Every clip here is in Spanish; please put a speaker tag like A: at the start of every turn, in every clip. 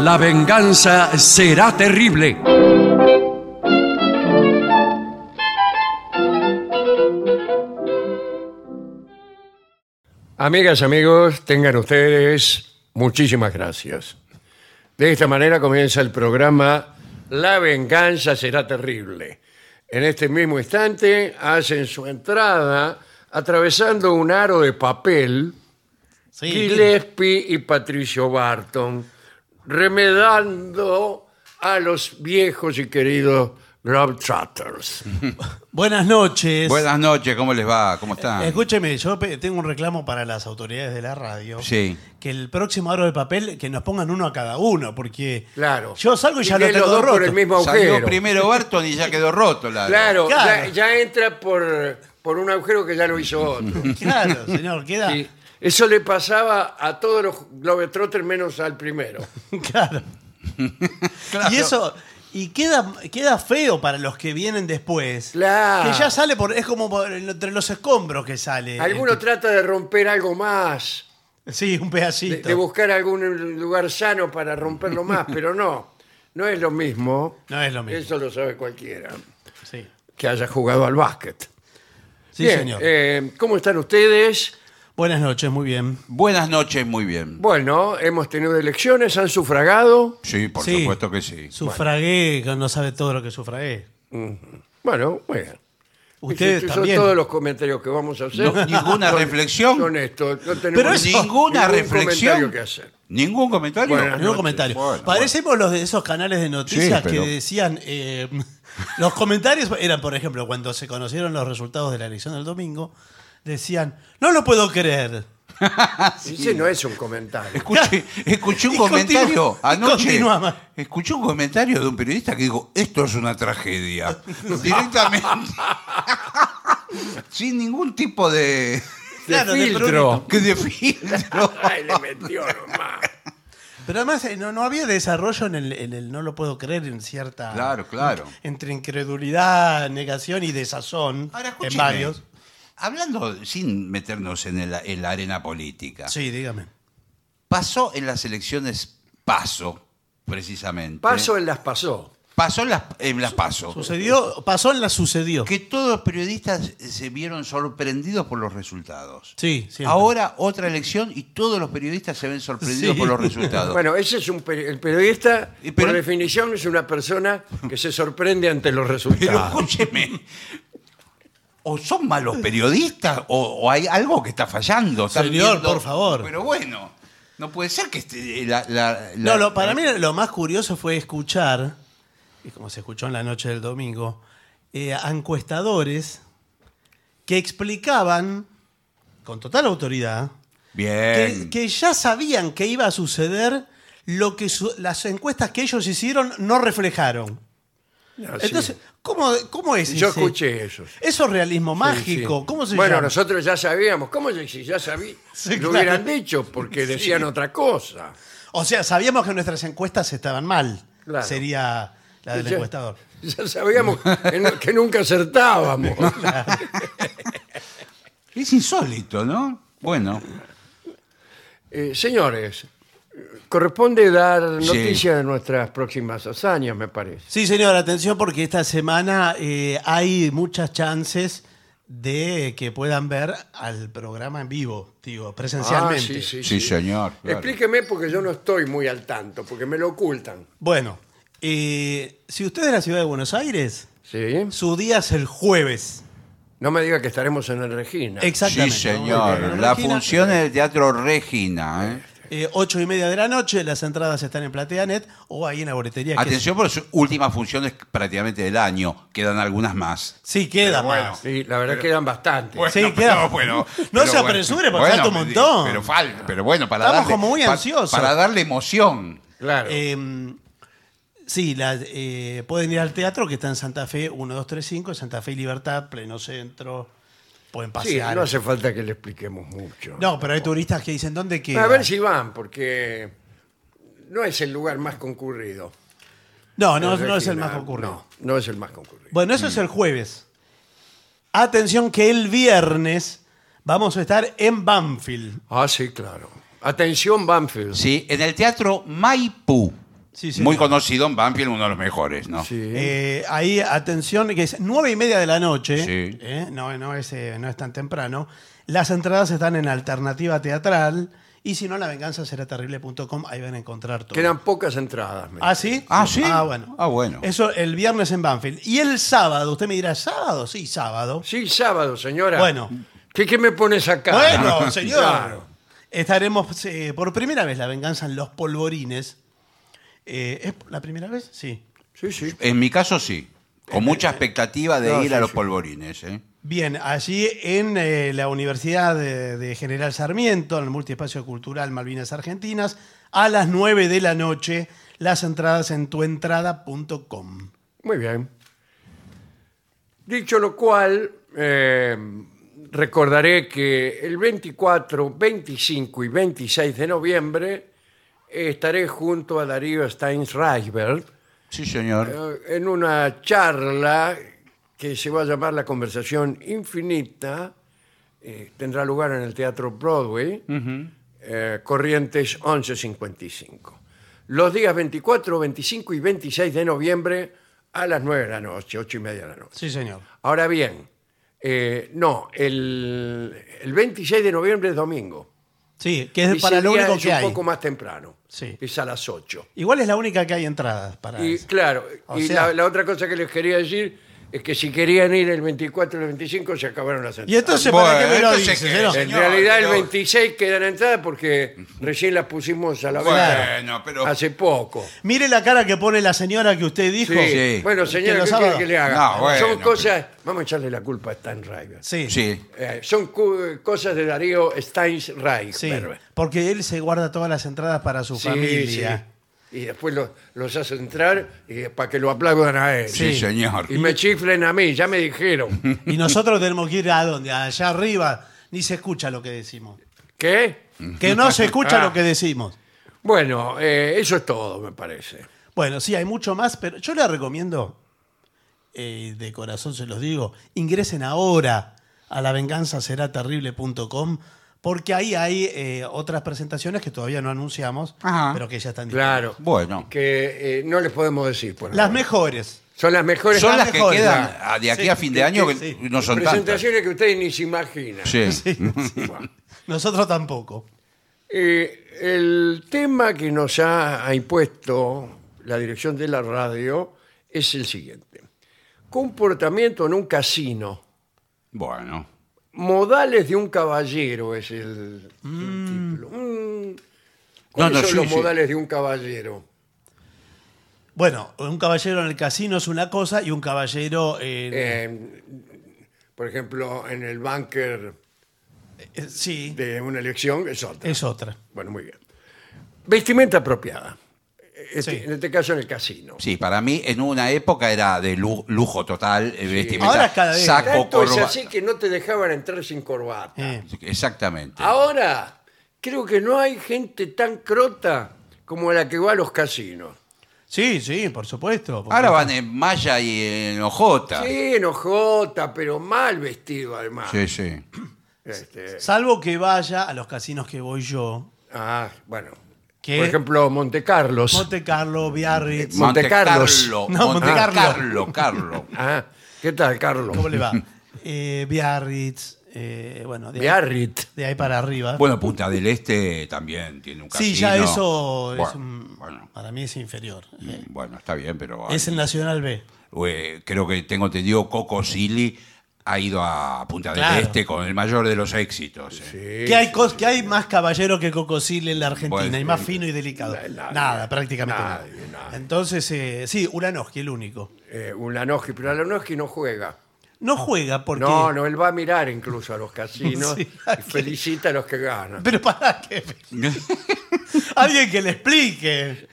A: La venganza será terrible.
B: Amigas, amigos, tengan ustedes muchísimas gracias. De esta manera comienza el programa La venganza será terrible. En este mismo instante hacen su entrada atravesando un aro de papel
C: Sí.
B: Gillespie y Patricio Barton, remedando a los viejos y queridos Globetrotters.
C: Buenas noches.
D: Buenas noches, ¿cómo les va? ¿Cómo están?
C: Escúcheme, yo pe- tengo un reclamo para las autoridades de la radio.
D: Sí.
C: Que el próximo aro de papel, que nos pongan uno a cada uno, porque
B: Claro.
C: yo salgo y ya lo
B: ven
C: tengo
B: los dos
C: roto.
B: por el mismo
D: Salió
B: agujero.
D: primero Barton y ya quedó roto la.
B: Claro,
C: Claro.
B: Ya, ya entra por, por un agujero que ya lo hizo otro.
C: Claro, señor, queda.
B: Sí. Eso le pasaba a todos los Globetrotters menos al primero.
C: Claro. Y eso, y queda, queda feo para los que vienen después.
B: Claro.
C: Que ya sale por, es como por- entre los escombros que sale. este.
B: Alguno trata de romper algo más,
C: Sí, un
B: de,
C: pedacito.
B: de buscar algún lugar sano para romperlo más, pero no. No es lo mismo.
C: No es lo mismo.
B: Eso lo sabe cualquiera
C: Sí,
B: que haya jugado al básquet.
C: Sí,
B: Bien,
C: señor.
B: eh, ¿Cómo están ustedes?
C: Buenas noches, muy bien.
D: Buenas noches, muy bien.
B: Bueno, hemos tenido elecciones, han sufragado.
D: Sí, por
C: Sí.
D: supuesto que sí.
C: Sufragué, que no sabe todo lo que sufragué.
B: Bueno, bueno.
C: Ustedes
B: Esos
C: también.
B: Son todos los comentarios que vamos a hacer.
D: No, ninguna
B: Son-
D: reflexión.
B: Son estos. No tenemos
C: Pero eso-
D: Ninguna
B: ningún comentario
D: reflexión.
B: que hacer.
D: Ningún comentario.
B: Buenas
C: Ningún
B: noches.
C: comentario.
D: Bueno,
C: Parecemos los de esos canales de noticias
D: Sí, pero-
C: que decían. eh, los comentarios eran, por ejemplo, cuando se conocieron los resultados de la elección del domingo, decían: No lo puedo creer.
B: Ese no es un comentario.
D: Escuché, escuché un
C: Y
D: comentario
C: continúa- y
D: anoche.
C: continúa más.
D: Escuché un comentario de un periodista que dijo, esto es una tragedia. Directamente. Sin ningún tipo de,
C: Claro, de
B: filtro.
C: prurito.
D: que de filtro.
B: Ay, le metió nomás.
C: Pero además eh, no, no había desarrollo en el, en el no lo puedo creer, en cierta.
D: Claro, claro.
C: Entre incredulidad, negación y desazón
D: Ahora,
C: en
D: escúcheme.
C: varios.
D: Hablando sin meternos en, el- en la arena política,
C: Sí, dígame.
D: pasó en las elecciones paso, precisamente.
B: Paso en las pasó.
D: Pasó en las, en las paso.
C: Sucedió, pasó en la sucedió.
D: que todos los periodistas se vieron sorprendidos por los resultados.
C: Sí, siempre.
D: Ahora otra elección y todos los periodistas se ven sorprendidos
C: Sí.
D: por los resultados.
B: Bueno, ese es un peri- el periodista,
D: Y
B: por
D: pero-
B: definición, es una persona que se sorprende ante los
D: Pero
B: resultados.
D: escúcheme, o son malos periodistas o, o hay algo que está fallando. están
C: Señor, por favor.
D: Pero bueno, no puede ser que esté eh, la... la- la-
C: No, lo- para mí lo más curioso fue escuchar, y como se escuchó en la noche del domingo, eh, a encuestadores que explicaban con total autoridad que,
B: Em.
D: Bien.
C: que ya sabían que iba a suceder lo que su- las encuestas que ellos hicieron no reflejaron.
B: No, sí.
C: Entonces, ¿cómo, cómo es
B: yo
C: ese-
B: escuché eso. sí,
C: Eso es realismo mágico.
B: sí.
C: ¿Cómo se
B: bueno,
C: llama?
B: nosotros ya sabíamos. ¿Cómo se- si ya sabí?
C: Sí,
B: lo
C: claro.
B: hubieran dicho, porque decían otra cosa.
C: O sea, sabíamos que nuestras encuestas estaban mal.
B: Claro.
C: Sería la del
B: Ya-
C: encuestador.
B: Ya sabíamos que no- que nunca acertábamos.
D: Es insólito, ¿no? Bueno,
B: Eh, señores, eh, corresponde dar
D: Sí.
B: noticia de nuestras próximas hazañas, me parece.
C: Sí, señor, atención porque esta semana eh, hay muchas chances de que puedan ver al programa en vivo, digo, presencialmente.
B: Ah, sí, sí,
D: Sí, señor, claro.
B: Explíqueme porque yo no estoy muy al tanto, porque me lo ocultan.
C: Bueno, eh, si usted es de la ciudad de Buenos Aires,
B: ¿Sí?
C: su día es el jueves.
B: No me diga que estaremos en el Regina.
C: Exactamente.
D: sí señor. La función es el Teatro Regina. ¿eh?
C: 8 y media de la noche, las entradas están en PlateaNet o ahí en la boletería. que-
D: Atención por sus últimas funciones prácticamente del año. Quedan algunas más.
C: sí, queda más.
B: Sí, la verdad quedan bastantes.
C: Sí, queda- No se apresure, porque falta un montón.
D: Pero, falta, pero bueno, para
C: Estamos
D: darle,
C: como muy
D: pa-
C: ansiosos.
D: Para darle emoción.
B: claro.
C: Eh, sí, la- eh, pueden ir al teatro que está en Santa Fe 1235, en Santa Fe y Libertad, pleno centro. Pueden
B: sí,
C: pasear.
B: no hace falta que le expliquemos mucho.
C: No, pero hay turistas que dicen, ¿dónde queda?
B: A ver si van, porque no es el lugar más concurrido.
C: no, no, no es
B: Regina,
C: el más concurrido.
B: No, no es el más concurrido.
C: Bueno, eso es el jueves. Atención que el viernes vamos a estar en Banfield.
B: Ah, sí, claro. Atención, Banfield.
D: Sí, en el Teatro Maipú.
C: Sí, sí.
D: Muy conocido en Banfield, uno de los mejores, ¿no?
B: Sí.
C: Eh, ahí, atención, que es nueve y media de la noche.
D: Sí.
C: eh, no, no, es, eh, no es tan temprano. Las entradas están en alternativa teatral. Y si no, lavenganzaseraterrible.com. Ahí van a encontrar todo.
B: Quedan pocas entradas. me
C: ¿Ah, sí?
D: Ah, sí.
C: Ah, bueno.
D: Ah, bueno.
C: Eso el viernes en Banfield. Y el sábado, usted me dirá, ¿sábado? Sí, sábado.
B: Sí, sábado, señora.
C: Bueno.
B: ¿Qué, qué me pones acá?
C: Bueno, señor.
B: Claro.
C: Estaremos eh, por primera vez la venganza en los polvorines. Eh, ¿Es la primera vez? Sí.
B: Sí, sí.
D: En mi caso sí. Con mucha expectativa de
B: Eh, No,
D: ir
B: sí,
D: a los
B: sí.
D: polvorines. ¿eh?
C: Bien, allí en eh, la Universidad de, de General Sarmiento, en el Multiespacio Cultural Malvinas Argentinas, a las 9 de la noche, las entradas en tuentrada.com.
B: Muy bien. Dicho lo cual, eh, recordaré que el 24, 25 y 26 de noviembre eh, estaré junto a Darío Steinsreiber
D: Sí, señor.
B: eh, en una charla que se va a llamar La Conversación Infinita. eh, tendrá lugar en el Teatro Broadway, eh, Corrientes 1155. Los días 24, 25 y 26 de noviembre a las 9 de la noche, 8 y media de la noche.
C: Sí, señor.
B: Ahora bien, eh, no, el, el 26 de noviembre es domingo.
C: Sí, que es
B: Ese
C: para lo
B: día
C: único
B: es
C: que
B: un
C: hay.
B: poco más temprano.
C: Sí.
B: Es a las 8.
C: Igual es la única que hay entradas para
B: Y
C: eso.
B: claro,
C: Ah, O
B: y
C: sea-
B: la, la otra cosa que les quería decir es que si querían ir el 24 y el 25 se acabaron las entradas.
C: Y entonces,
D: Bueno,
C: ¿para qué me lo
D: entonces,
C: dices,
D: ¿qué?
C: señor?
B: En
D: Señor,
B: realidad el
D: pero-
B: 26 quedan entradas porque recién las pusimos a la venta
D: Bueno, pero.
B: hace poco.
C: Mire la cara que pone la señora que usted dijo.
B: Sí.
D: Sí.
B: Bueno,
C: Que
B: señora,
C: los
B: ¿qué quiere
C: sábados.
B: que le haga?
D: No, bueno,
B: son
D: pero-
B: cosas... Vamos a echarle la culpa a Steinreiber.
C: Sí.
D: Sí.
B: Eh, son cu- cosas de Darío Steinreiber.
C: Sí, porque él se guarda todas las entradas para su
B: Sí,
C: familia.
B: sí. Y después lo- los hace entrar para que lo aplaudan a él.
D: Sí,
C: Sí.
D: señor.
B: Y me chiflen a mí, ya me dijeron.
C: Y nosotros tenemos que ir a dónde? Allá arriba. Ni se escucha lo que decimos.
B: ¿Qué?
C: Que no se escucha
B: Ah.
C: lo que decimos.
B: Bueno, eh, eso es todo, me parece.
C: Bueno, sí, hay mucho más, pero yo les recomiendo, eh, de corazón se los digo, ingresen ahora a lavenganzaseraterrible.com porque ahí hay eh, otras presentaciones que todavía no anunciamos,
D: Ajá.
C: pero que ya están
B: Claro.
D: Bueno.
B: Que eh, no les podemos decir. por
C: Las
B: ahora.
C: mejores.
B: Son las mejores
D: Son
C: Las
D: las que
C: mejores.
D: quedan ah, de aquí
C: Sí,
D: a fin de
C: sí,
D: año que
C: sí.
D: no son tantas.
B: presentaciones que ustedes ni se imaginan.
D: Sí.
B: Bueno.
C: Nosotros tampoco.
B: Eh, el tema que nos ha, ha impuesto la dirección de la radio es el siguiente. Comportamiento en un casino.
D: Bueno.
B: Modales de un caballero es el, el título. Mm. ¿Cuáles
D: No, no,
B: son
D: sí,
B: los
D: sí.
B: modales de un caballero?
C: Bueno, un caballero en el casino es una cosa y un caballero en...
B: Eh, por ejemplo, en el banker
C: eh, sí,
B: de una elección es otra.
C: es otra.
B: Bueno, muy bien. Vestimenta apropiada. Este-
C: Sí.
B: En este caso en el casino.
D: Sí, para mí en una época era de lu- lujo total, eh, vestimenta,
C: Ahora es cada vez-
D: saco,
B: Tanto es
D: corbata.
B: así que no te dejaban entrar sin corbata.
C: Eh,
D: Exactamente.
B: Ahora, creo que no hay gente tan crota como la que va a los casinos.
C: Sí, sí, por supuesto. por
D: Ahora
C: supuesto.
D: van en malla y en ojota.
B: Sí, enojota, pero mal vestido además.
D: sí. sí.
B: Este,
C: Salvo que vaya a los casinos que voy yo.
B: ah, bueno.
C: ¿Qué?
B: Por ejemplo, Monte Carlos.
C: Monte Carlo, Biarritz.
B: Mon- Monte Carlos.
D: Carlo,
C: No,
D: Monte
C: Monte
D: Carlo.
C: Carlo.
D: Carlo.
B: Ah, ¿Qué tal, Carlos?
C: ¿Cómo le va? Eh, Biarritz. eh, bueno, de, ahí,
B: Biarritz.
C: de ahí para arriba.
D: Bueno, Punta del Este también tiene un casino.
C: sí, ya eso es
D: Bueno,
C: un-
D: bueno,
C: para mí es inferior. Eh,
D: bueno, está bien, pero...
C: Es el Nacional B.
D: Eh, creo que tengo entendido Coco Silly ha ido a Punta del
C: Claro.
D: Este con el mayor de los éxitos. eh.
C: que, hay cos- que hay más caballero que Cocosil en la Argentina,
D: Bueno,
C: y más
D: eh,
C: fino y delicado.
B: nadie,
C: nada, prácticamente
B: nadie,
C: nada.
B: nadie.
C: Entonces, eh, sí, Uranoski, el único.
B: Eh, Ulanowski, pero Ulanowski no juega.
C: No juega porque.
B: No, no, él va a mirar incluso a los casinos
C: Sí,
B: y felicita a los que ganan.
C: Pero para qué. Alguien que le explique.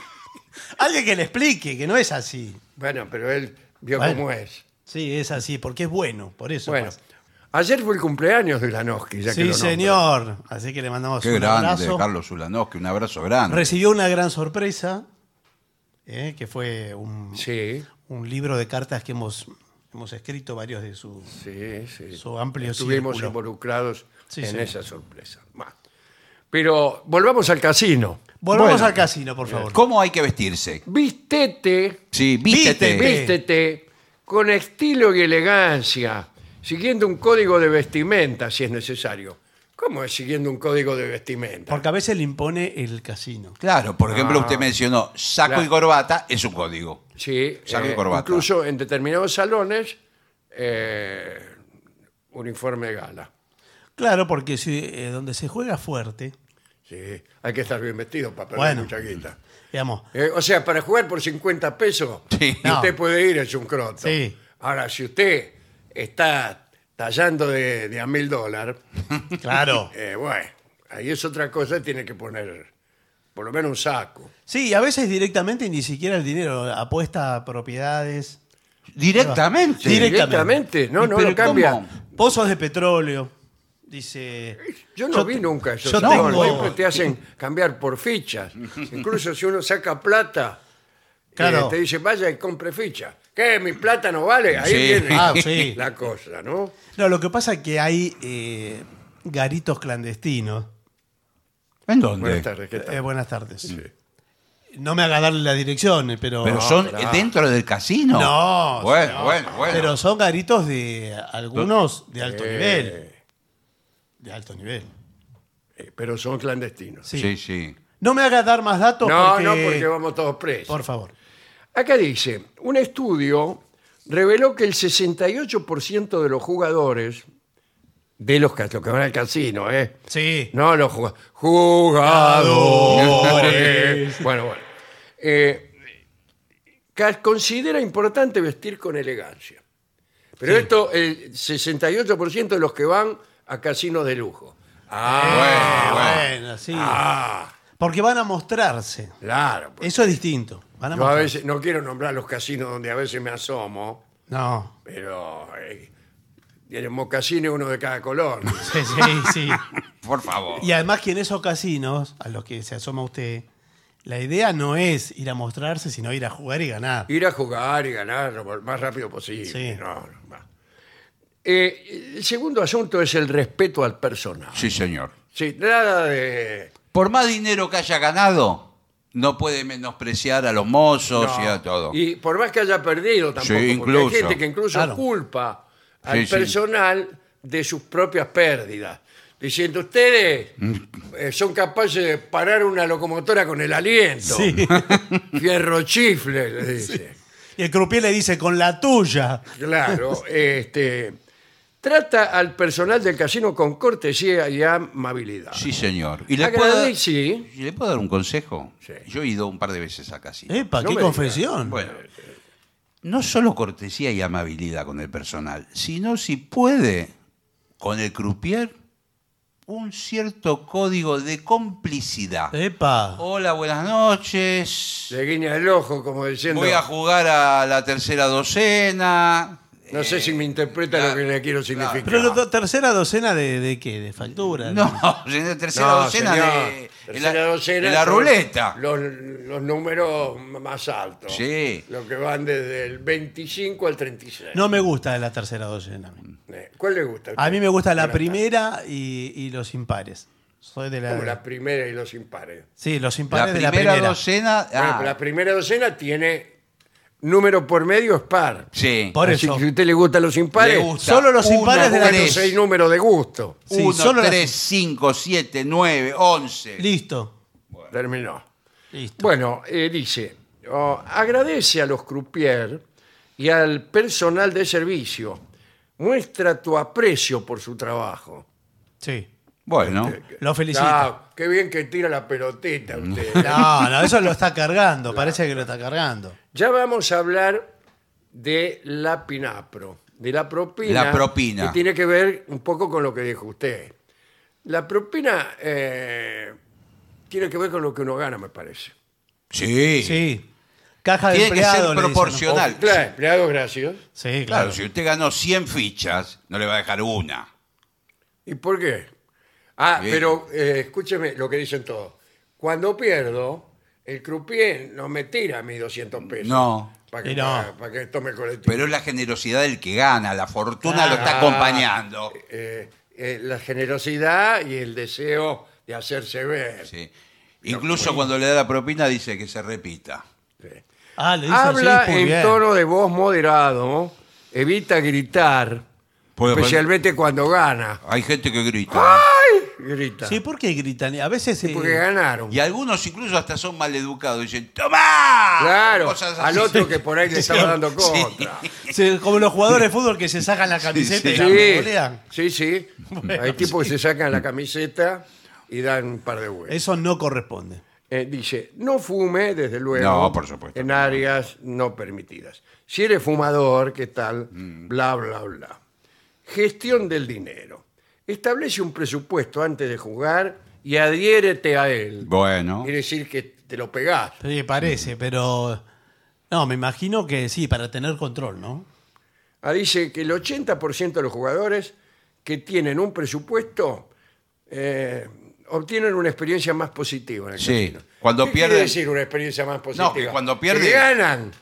C: Alguien que le explique que no es así.
B: Bueno, pero él vio
C: Bueno.
B: cómo es.
C: Sí, es así, porque es bueno, por eso.
B: Bueno,
C: pasa.
B: ayer fue el cumpleaños de Ulanowski. Ya que lo
C: sí,
B: nombro.
C: señor. Así que le mandamos
D: Qué
C: un
D: grande,
C: abrazo.
D: Carlos Ulanowski, un abrazo grande.
C: Recibió una gran sorpresa, eh, que fue un,
B: Sí,
C: un libro de cartas que hemos, hemos escrito varios de sus...
B: sí, sí.
C: Su amplio
B: Estuvimos
C: círculo.
B: involucrados
C: Sí,
B: en
C: señor.
B: esa sorpresa. Bah. Pero volvamos al casino.
C: Volvamos
B: Bueno.
C: al casino, por favor.
D: ¿Cómo hay que vestirse?
B: Vístete,
D: Sí,
C: Vístete.
D: vístete.
C: Ve-
B: vístete con estilo y elegancia, siguiendo un código de vestimenta si es necesario. ¿Cómo es siguiendo un código de vestimenta?
C: Porque a veces le impone el casino.
D: Claro, por ejemplo,
C: Ah.
D: usted mencionó saco
B: Claro.
D: y corbata, es un código.
B: Sí,
D: Saco y
B: eh,
D: corbata.
B: incluso en determinados salones, eh, uniforme de gala.
C: Claro, porque si, eh, donde se juega fuerte,
B: Sí, hay que estar bien vestido para perder
C: Bueno.
B: mucha guita.
C: digamos,
B: Eh, o sea, para jugar por 50 pesos,
D: Sí.
C: No.
B: usted puede ir, es un croto.
C: Sí.
B: Ahora, si usted está tallando de, de a mil dólares,
C: claro.
B: eh, bueno, ahí es otra cosa, tiene que poner por lo menos un saco.
C: Sí, a veces directamente ni siquiera el dinero, apuesta a propiedades,
D: Directamente.
C: Direct- Directamente.
B: Directamente, no,
D: ¿Y
B: no
D: pero
B: lo cambia.
D: cómo?
C: pozos de petróleo, dice...
B: Yo no
C: Yo
B: vi
C: te-
B: nunca eso.
C: yo
B: No,
C: tengo-
B: Siempre te hacen cambiar por fichas. Incluso si uno saca plata, eh,
C: Claro.
B: te dice, vaya y compre ficha. ¿Qué? ¿Mi plata no vale? Ahí
D: Sí.
B: viene
C: Ah, sí.
B: la cosa, ¿no?
C: No, lo que pasa es que hay eh, garitos clandestinos.
D: ¿En dónde?
B: Buenas tardes, ¿qué tal?
C: Eh, buenas tardes. No me haga darle la dirección, pero...
D: Pero son dentro del casino.
C: No,
D: Bueno,
C: no.
D: bueno, bueno.
C: Pero son garitos de algunos de alto nivel. De alto nivel.
B: Eh, pero son clandestinos.
C: Sí.
D: Sí, sí.
C: No me haga dar más datos
B: No,
C: porque...
B: no, porque vamos todos presos.
C: Por favor.
B: Acá dice, un estudio reveló que el 68% de los jugadores, de los que, los que van al casino, ¿eh?
C: Sí.
B: No, los jug- jugadores. bueno, bueno. Eh, ca- considera importante vestir con elegancia. Pero esto, el 68% de los que van a casinos de lujo.
C: Ah,
B: Ah, bueno.
C: bueno, sí.
B: Ah,
C: Porque van a mostrarse.
B: claro. pues.
C: Eso es distinto. Van a
B: Yo a
C: mostrar-
B: veces, no quiero nombrar los casinos donde a veces me asomo,
C: No.
B: pero eh, tienen mocasines uno de cada color.
C: Sí, sí, sí.
D: Por favor.
C: Y además que en esos casinos a los que se asoma usted, la idea no es ir a mostrarse, sino ir a jugar y ganar.
B: ir a jugar y ganar lo más rápido posible.
C: Sí.
B: No, no, va. Eh, el segundo asunto es el respeto al personal.
D: Sí, señor.
B: Sí, nada de...
D: Por más dinero que haya ganado, no puede menospreciar a los mozos
B: no.
D: y a todo.
B: Y por más que haya perdido tampoco,
D: Sí,
B: porque hay
D: incluso.
B: gente que incluso
C: Claro.
B: culpa al
D: Sí, sí.
B: personal de sus propias pérdidas. Diciendo, ustedes eh, son capaces de parar una locomotora con el aliento.
C: Sí.
B: Fierro chifle, le dice.
C: Y el croupier le dice, con la tuya.
B: Claro, este trata al personal del casino con cortesía y amabilidad.
D: Sí, señor. ¿Y
B: Agradec- sí.
D: ¿Y le puedo dar un consejo?
B: Sí.
D: Yo he ido un par de veces a casino.
C: Epa,
B: No
C: qué
B: me
C: confesión.
D: Bueno, no solo cortesía y amabilidad con el personal, sino si puede, con el croupier, un cierto código de complicidad.
C: Epa.
D: Hola, buenas noches.
B: Le guiña el ojo como diciendo,
D: Voy a jugar a la tercera docena. Eh,
B: no sé si me interpreta
D: claro,
B: lo que le quiero
D: claro.
B: significar.
C: Pero la do- tercera docena de, de qué? ¿De factura?
D: No, la tercera
B: No,
D: docena
B: señor,
D: de,
B: tercera
D: de la,
B: docena
D: de la
B: son
D: ruleta.
B: Los, los números más altos.
D: Sí.
B: Los que van desde el 25 al 36.
C: No me gusta la tercera docena.
B: Eh, ¿Cuál le gusta?
C: A mí me gusta la
B: Buenas
C: primera y, y los impares. Soy de
B: tardes. Como la
C: la...
B: primera y los impares.
C: Sí, los
D: La
C: impares
D: primera,
C: de la primera.
D: docena.
B: Bueno,
D: ah,
B: pero la primera docena tiene número por medio es par.
D: sí.
C: Por
B: Así
C: eso.
B: que si a usted le gustan los impares,
D: Le gusta
C: Solo los
D: uno,
C: impares de la
B: Bueno,
D: tres,
B: seis números de gusto.
C: Sí,
D: uno,
C: solo las-
D: tres, cinco, siete, nueve, once.
C: Listo.
B: Terminó.
C: Listo.
B: Bueno, eh, dice, oh, agradece a los croupiers y al personal de servicio. Muestra tu aprecio por su trabajo.
C: Sí.
D: Bueno,
C: Lo felicito.
B: Ah, qué bien que tira la pelotita usted.
C: No, no, eso lo está cargando. Parece que lo está cargando.
B: Ya vamos a hablar de la pinapro, de la propina.
D: La propina.
B: Que tiene que ver un poco con lo que dijo usted. La propina eh, tiene que ver con lo que uno gana, me parece.
D: sí.
C: Sí. Caja de
D: Tiene que
C: empleado.
D: ser
C: le dicen, ¿no?
D: proporcional. Total.
B: O- Claro, empleado, gracias.
C: Sí, claro.
D: Claro, si usted ganó 100 fichas, no le va a dejar una.
B: ¿Y por qué? Ah,
D: Sí.
B: pero eh, escúcheme lo que dicen todos. Cuando pierdo, el croupier no me tira mis 200 pesos.
D: No.
B: Para que,
C: Y no.
B: para- para que tome el colectivo.
D: Pero es la generosidad del que gana, la fortuna lo está
B: Ah,
D: acompañando.
B: eh, eh, la generosidad y el deseo de hacerse ver.
D: Sí. Incluso cuando le da la propina dice que se repita.
B: Sí.
C: Ah, le dicen
B: Habla
C: sí, muy
B: en
C: bien.
B: tono de voz moderado, evita gritar,
D: Puede-
B: Pues especialmente cuando gana.
D: Hay gente que grita.
B: ¡Ah! Grita.
C: Sí, ¿por qué gritan? A veces eh,
B: porque ganaron.
D: Y algunos incluso hasta son maleducados. Dicen, ¡toma!
B: Claro,
D: Cosas así.
B: al otro que por ahí le estaba dando contra.
C: se- como los jugadores de fútbol que se sacan la camiseta y
D: sí.
C: la revolean.
B: Sí, sí, sí. Hay tipos que se sacan la camiseta y dan un par de vueltas.
C: Eso no corresponde.
B: Eh, dice, no fume, desde luego,
D: No, por supuesto.
B: en áreas no permitidas. Si eres fumador, ¿qué tal?
D: Mm.
B: Bla, bla, bla. Gestión del dinero. Establece un presupuesto antes de jugar y adhiérete a él.
D: Bueno.
B: Quiere decir que te lo pegás.
C: Sí,
D: Mm.
C: parece, pero. No, me imagino que sí, para tener control, ¿no?
B: Ah, dice que el 80% de los jugadores que tienen un presupuesto eh, obtienen una experiencia más positiva. en el
D: Sí,
B: casino.
D: cuando
B: ¿Qué
D: pierden-
B: Quiere decir una experiencia más positiva.
D: que cuando pierden-
B: ganan.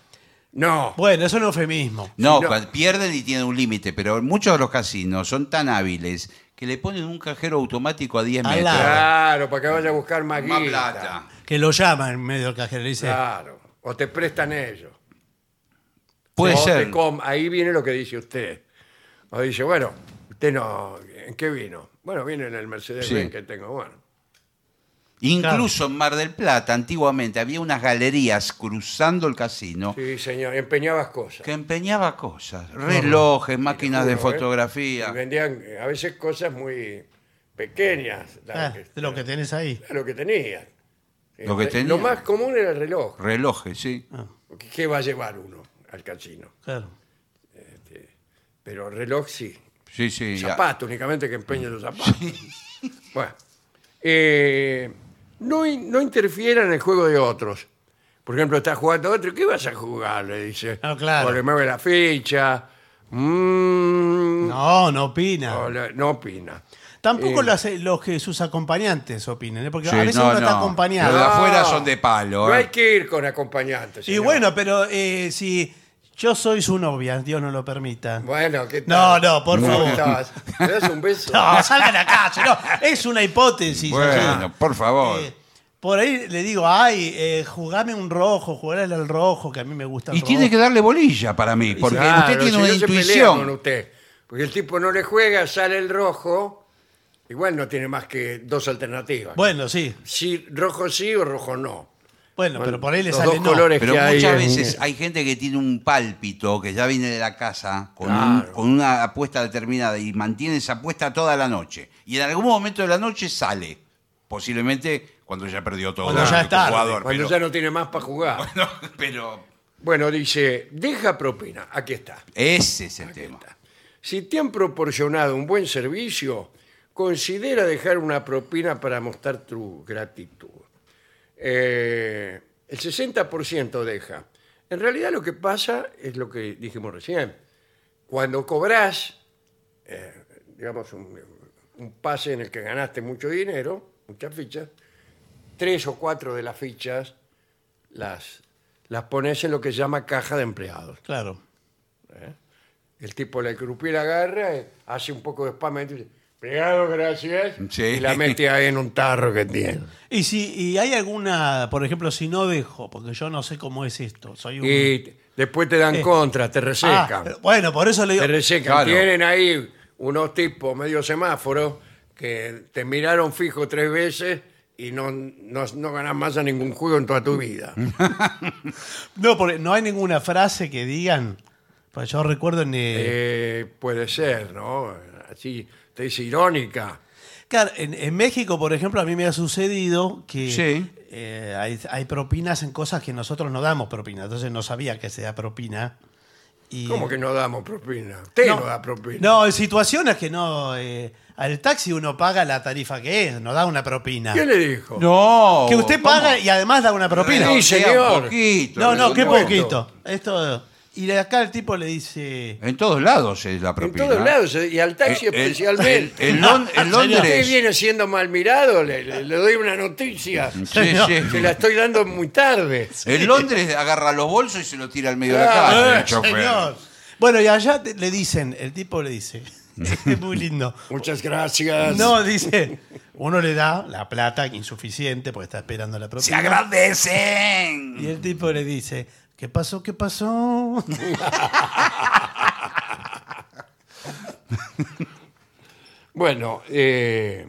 B: No.
C: Bueno, eso es un eufemismo.
D: No,
B: No.
D: cuando pierden y tienen un límite, pero muchos de los casinos son tan hábiles que le ponen un cajero automático a 10
C: Al
D: metros.
C: lado.
B: Claro, para que vaya a buscar más,
D: Más
B: guita.
D: plata.
C: Que lo llaman en medio del cajero y le dice. "Ah,
B: Claro. O te prestan ellos.
D: Puede
B: O
D: ser.
B: te com- Ahí viene lo que dice usted. O dice, bueno, usted no. ¿En qué vino? Bueno, viene en el Mercedes
D: Sí.
B: Benz que tengo. Bueno.
D: Incluso en Mar del Plata, antiguamente, había unas galerías cruzando el casino
B: Sí, señor, empeñabas cosas.
D: que empeñaba cosas. Relojes, máquinas de
B: Juro, ¿eh?
D: fotografía.
B: Y vendían eh, a veces cosas muy pequeñas. las
C: "Ah, de lo que tenés ahí.
B: era lo que tenían. Eh,
D: Lo que
B: re-
D: tenían.
B: lo más común era el reloj.
D: Relojes, sí.
C: Ah,
B: porque ¿Qué va a llevar uno al casino?
C: claro.
B: Pero reloj sí.
D: Sí, sí. ya.
B: Zapatos, únicamente que empeñen los zapatos. Bueno. Eh, no, in- no interfieran en el juego de otros. Por ejemplo, está jugando otro, ¿qué vas a jugar? Le dice.
C: Ah, claro.
B: O le mueve la ficha. Mm,
C: No, no opina.
B: o le- no opina.
C: Tampoco
B: Eh.
C: lo hace- los que sus acompañantes opinen, ¿eh? porque
D: Sí,
C: a veces
D: no,
C: uno está
D: no.
C: acompañado.
D: Los de
B: No,
D: afuera son de palo.
B: No
D: ¿eh?
B: hay que ir con acompañantes.
C: y
B: señor.
C: bueno, pero eh, si yo soy su novia, Dios no lo permita.
B: Bueno, ¿qué
C: No,
B: tal?
C: no, por
B: ¿Cómo
C: favor.
B: estabas? ¿Me das un beso?
C: No, salgan a calle, no. Es una hipótesis.
D: Bueno,
C: así.
D: por favor.
C: Eh, por ahí le digo, ay, eh, jugame un rojo, jugale al rojo, que a mí me gusta el
D: y tiene que
C: rojo".
D: darle bolilla para mí, porque
B: Claro,
D: usted tiene
B: si
D: una
B: no se pelea con
D: intuición.
B: usted. Porque el tipo no le juega, sale el rojo. Igual no tiene más que dos alternativas.
C: Bueno, sí.
B: Si rojo sí o rojo no.
C: Bueno, pero por ahí le
B: los
C: sale
B: dos
C: no.
B: colores
D: Pero
B: que hay
D: muchas
B: en-
D: veces hay gente que tiene un pálpito que ya viene de la casa con, un-
B: Claro.
D: con una apuesta determinada y mantiene esa apuesta toda la noche. Y en algún momento de la noche sale. Posiblemente cuando ya perdió todo
C: Cuando ya
D: como
C: es tarde,
D: jugador.
B: Cuando
D: pero,
B: ya no tiene más para jugar. Bueno.
D: no, pero
B: dice, deja propina. Aquí está.
D: ese es el tema.
B: Si te han proporcionado un buen servicio, considera dejar una propina para mostrar tu gratitud. Eh, el 60% deja. En realidad lo que pasa es lo que dijimos recién. Cuando cobras, digamos, un, un pase en el que ganaste mucho dinero, muchas fichas, tres o cuatro de las fichas las, las pones en lo que se llama caja de empleados.
C: Claro.
B: El tipo, la crupier agarra, eh, hace un poco de spam, y dice, pegado, gracias,
D: Sí.
B: y la mete ahí en un tarro que tiene.
C: Y si y hay alguna, por ejemplo, si no dejo, porque yo no sé cómo es esto. Soy un.
B: Y t- después te dan
C: Eh.
B: contra, te
C: Ah,
B: resecan.
C: bueno, por eso le
B: te
C: digo.
B: resecan.
D: Claro.
B: Tienen ahí unos tipos medio semáforos que te miraron fijo tres veces y no, no, no ganás más a ningún juego en toda tu vida.
C: No, porque no hay ninguna frase que digan. Pues yo recuerdo en. eh,
B: Eh, puede ser, ¿no? Así, te dice irónica.
C: claro, en, en México, por ejemplo, a mí me ha sucedido que
D: Sí.
C: eh, hay, hay propinas en cosas que nosotros no damos propina. Entonces no sabía que se da propina. Y,
B: ¿Cómo que no damos propina? Usted no, da propina.
C: No, en situaciones que no. eh, al taxi uno paga la tarifa que es, no da una propina.
B: ¿Quién le dijo?
D: No.
C: Que usted
D: ¿cómo?
C: paga y además da una propina.
D: Renuncia
B: Sí, señor.
D: un poquito,
C: No, no, qué
D: renuncia.
C: poquito. Esto. Y de acá el tipo le dice.
D: En todos lados es la
B: En
D: propina.
B: todos lados, eh, y al taxi
D: En- en-
B: especialmente.
D: En, en Lon- en
B: Usted
D: Londres.
B: viene siendo mal mirado, le, le- le doy una noticia.
D: Sí, sí.
B: Se la estoy dando muy tarde.
D: En Londres agarra los bolsos y se los tira al medio de la
B: Claro,
D: calle.
C: "Eh,
D: el chofer.
C: señor". Bueno, y allá te- le dicen, el tipo le dice. es muy lindo.
B: Muchas gracias.
C: No, dice. Uno le da la plata insuficiente porque está esperando la
D: ¡Se
C: propina. Y
D: agradecen!
C: el tipo le dice, ¿qué pasó? ¿Qué pasó?
B: Bueno, eh,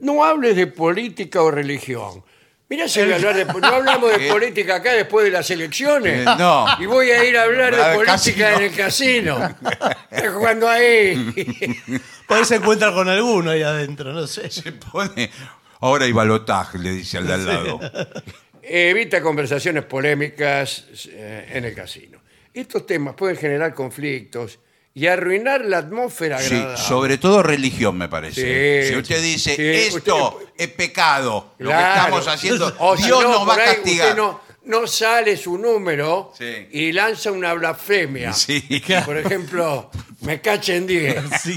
B: no hables de política o religión. Mirá si voy a hablar de po- no hablamos de política acá después de las elecciones.
D: Eh, no.
B: Y voy a ir a hablar
D: Va
B: de
D: al
B: política
D: casino.
B: en el casino. Está jugando ahí.
C: Por ahí se encuentra con alguno ahí adentro, no sé.
D: Se pone. Ahora hay balotaje, le dice al de al lado.
B: Evita conversaciones polémicas eh, en el casino. Estos temas pueden generar conflictos y arruinar la atmósfera
D: Sí,
B: agradable.
D: sobre todo religión, me parece.
B: Sí,
D: si usted dice,
B: sí,
D: esto
B: usted-
D: es pecado, lo que
B: Claro.
D: estamos haciendo,
B: O si
D: Dios
B: no,
D: nos va
B: por
D: a
B: ahí
D: castigar.
B: Usted no, no sale su número
D: Sí.
B: y lanza una blasfemia.
D: Sí.
B: Por ejemplo, me cachen 10.
C: Sí.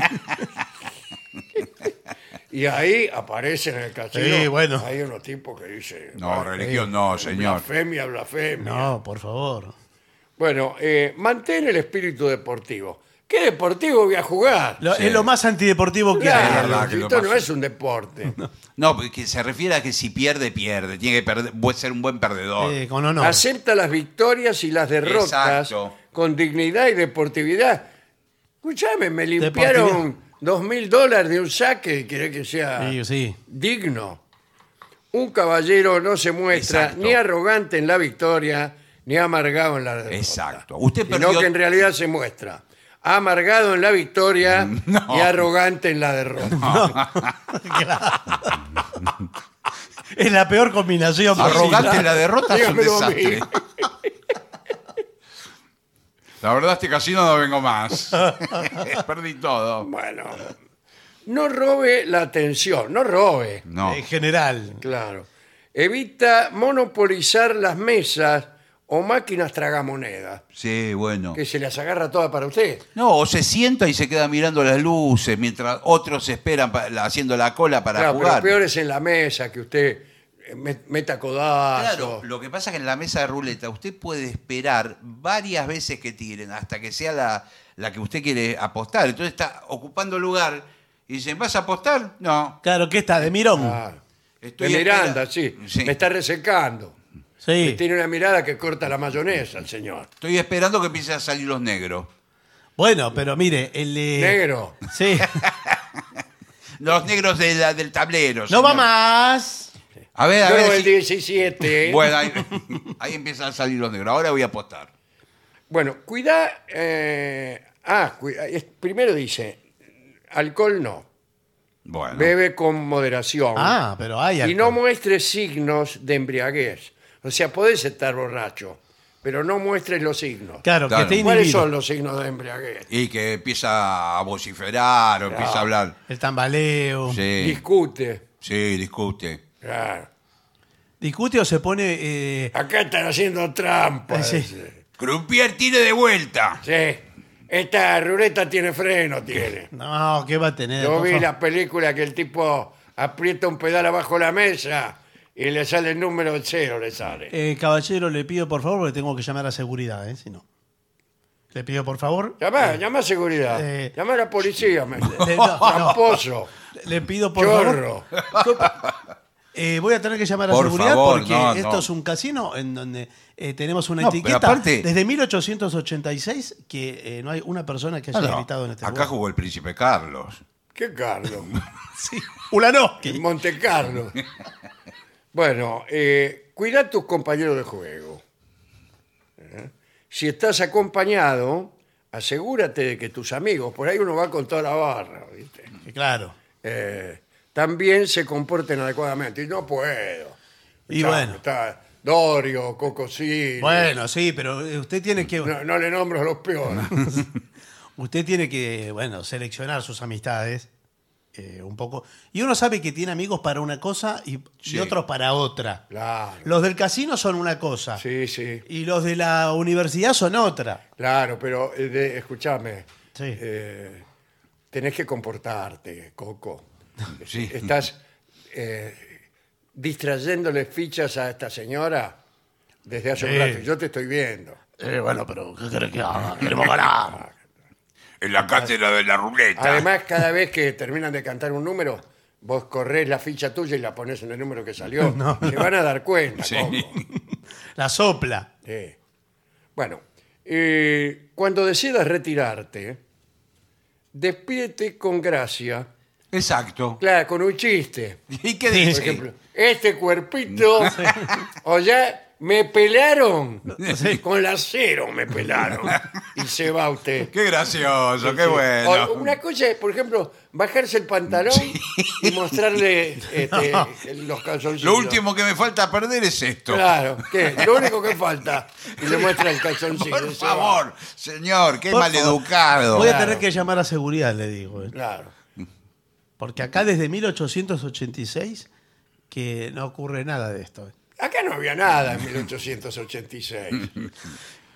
B: Y ahí aparecen en el casino.
C: Sí, bueno.
B: Hay unos tipos que dicen.
D: No,
B: "Ah,
D: religión
B: eh,
D: no, señor.
B: Blasfemia, blasfemia.
C: No, por favor.
B: Bueno, eh, mantén el espíritu deportivo. ¿Qué deportivo voy a jugar?
C: Lo-
D: Sí.
C: Es lo más antideportivo que
B: Claro,
C: hay.
D: verdad que lo
B: esto no
D: pasa.
B: es un deporte.
D: No, porque se refiere a que si pierde, pierde. Tiene que perder- puede ser un buen perdedor.
C: Eh, con honor.
B: Acepta las victorias y las derrotas
D: Exacto.
B: con dignidad y deportividad. Escuchame, me limpiaron dos mil dólares de un saque y querés que sea
C: Sí, sí.
B: digno. Un caballero no se muestra
D: Exacto.
B: ni arrogante en la victoria ni amargado en la derrota.
D: Exacto. Usted
B: Sino
D: perdió.
B: que en realidad se muestra amargado en la victoria
D: No.
B: y arrogante en la derrota.
C: Es la peor combinación
D: Arrogante en
C: posible.
D: la derrota es un
B: Dígamelo a mí.
D: desastre. La verdad, este casino no vengo más. Perdí todo.
B: Bueno, no robe la atención, no robe.
D: No.
C: En general.
B: Claro. Evita monopolizar las mesas o máquinas tragamonedas,
D: Sí, bueno.
B: que se las agarra todas para usted.
D: No, o se sienta y se queda mirando las luces mientras otros esperan pa- la- haciendo la cola para
B: claro,
D: jugar.
B: pero peor es en la mesa que usted eh, met- meta codazo.
D: Claro, lo que pasa es que en la mesa de ruleta usted puede esperar varias veces que tiren hasta que sea la, la que usted quiere apostar. Entonces está ocupando lugar y dicen, ¿vas a apostar? No.
C: Claro, que está? De Mirón.
B: Ah, de
D: Estoy
B: Miranda,
D: espera-
B: sí.
D: Sí.
B: Me está resecando.
C: sí.
B: Tiene una mirada que corta la mayonesa el señor.
D: Estoy esperando que empiecen a salir los negros.
C: Bueno, pero mire, el eh,
B: Negro.
C: Sí.
D: Los negros de la- del tablero.
C: No
D: señor.
C: va más.
D: A ver, a
B: Yo el
D: ver.
B: ¿eh?
D: si-
B: 17. Bueno,
D: Bueno, ahí, ahí empiezan a salir los negros. Ahora voy a apostar.
B: cuida. eh, ah, cuida- es- primero dice: alcohol no.
D: Bueno.
B: Bebe con moderación.
C: Ah, pero hay
B: y no
C: alcohol.
B: muestres signos de embriaguez. O sea, podés estar borracho, pero no muestres los signos.
C: Claro,
D: Claro.
C: que te
B: ¿Cuáles
C: inhibido.
B: son los signos de embriaguez?
D: Y que empieza a vociferar o empieza
B: Ah.
D: a hablar.
C: El tambaleo.
D: Sí,
B: Discute.
D: sí, discute.
B: Claro.
C: Discute o se pone. eh,
B: Acá están haciendo trampa.
C: Sí.
B: dice.
D: Crupier tire de vuelta.
B: Sí. Esta ruleta tiene freno, tiene.
C: no, ¿qué va a tener?
B: Yo
C: Eh, por
B: vi
C: favor?
B: la película que el tipo aprieta un pedal abajo la mesa y le sale el número cero, le sale.
C: Eh, caballero, le pido por favor, porque tengo que llamar a seguridad, ¿eh? Si no. Le pido por favor.
B: Llamá, llamá a seguridad.
C: Eh.
B: Llamá a la policía, me
C: Le, no, no.
B: Tramposo.
C: Le pido por
B: Chorro.
C: favor. Eh, voy a tener que llamar a
D: Por
C: seguridad
D: favor,
C: porque
D: no,
C: esto
D: no.
C: es un casino en donde eh, tenemos una
D: No, pero
C: etiqueta
D: aparte-
C: desde 1886 que eh, no hay una persona que haya
D: No,
C: gritado en este
D: Acá jugó el príncipe Carlos.
B: ¿Qué Carlos?
C: Ulanowski.
B: En Monte Carlo. Bueno, eh, cuida a tus compañeros de juego. ¿Eh? Si estás acompañado, asegúrate de que tus amigos, por ahí uno va con toda la barra, ¿viste?
C: Que Claro.
B: Eh, también se comporten adecuadamente. Y no puedo.
C: Y
B: Ya,
C: bueno.
B: Está Dorio, Cocosí.
C: Bueno, sí, pero eh, usted tiene que
B: No, no le nombro a los peores.
C: usted tiene que, bueno, seleccionar sus amistades eh, un poco. Y uno sabe que tiene amigos para una cosa y, y
D: Sí.
C: otros para otra.
B: Claro.
C: Los del casino son una cosa
B: Sí, sí.
C: y los de la universidad son otra.
B: Claro, pero eh, de- escuchame.
C: Sí.
B: eh, tenés que comportarte, Coco.
D: Sí.
B: Estás eh, distrayéndole fichas a esta señora desde hace
C: Sí.
B: un rato. Yo te estoy viendo.
C: Eh, bueno, pero ¿qué crees que haga? Queremos ganar.
B: Ah,
D: En la cátedra de la ruleta.
B: Además, cada vez que terminan de cantar un número, vos corres la ficha tuya y la pones en el número que salió.
C: No,
B: Se van a dar cuenta.
D: Sí.
B: ¿cómo?
C: La sopla.
B: Sí. Bueno, eh, cuando decidas retirarte, despídete con gracia,
D: Exacto.
B: claro, con un chiste.
D: ¿Y qué
B: Por
D: dice?
B: ejemplo, este cuerpito, o ya me pelaron,
D: Sí.
B: con la cero me pelaron, y se va usted.
D: Qué gracioso, qué
B: O
D: bueno.
B: Oh, una cosa es, por ejemplo, bajarse el pantalón y mostrarle este, los calzoncillos.
D: Lo último que me falta perder es esto.
B: Claro, ¿qué? Lo único que falta. Y le muestra el calzoncillo.
D: Por
B: y se va.
D: favor, señor, qué
C: Por
D: maleducado.
C: favor. Voy a
B: Claro.
C: tener que llamar a seguridad, le digo. ¿eh?
B: Claro.
C: Porque acá desde 1886 que no ocurre nada de esto. eh.
B: Acá no había nada en 1886.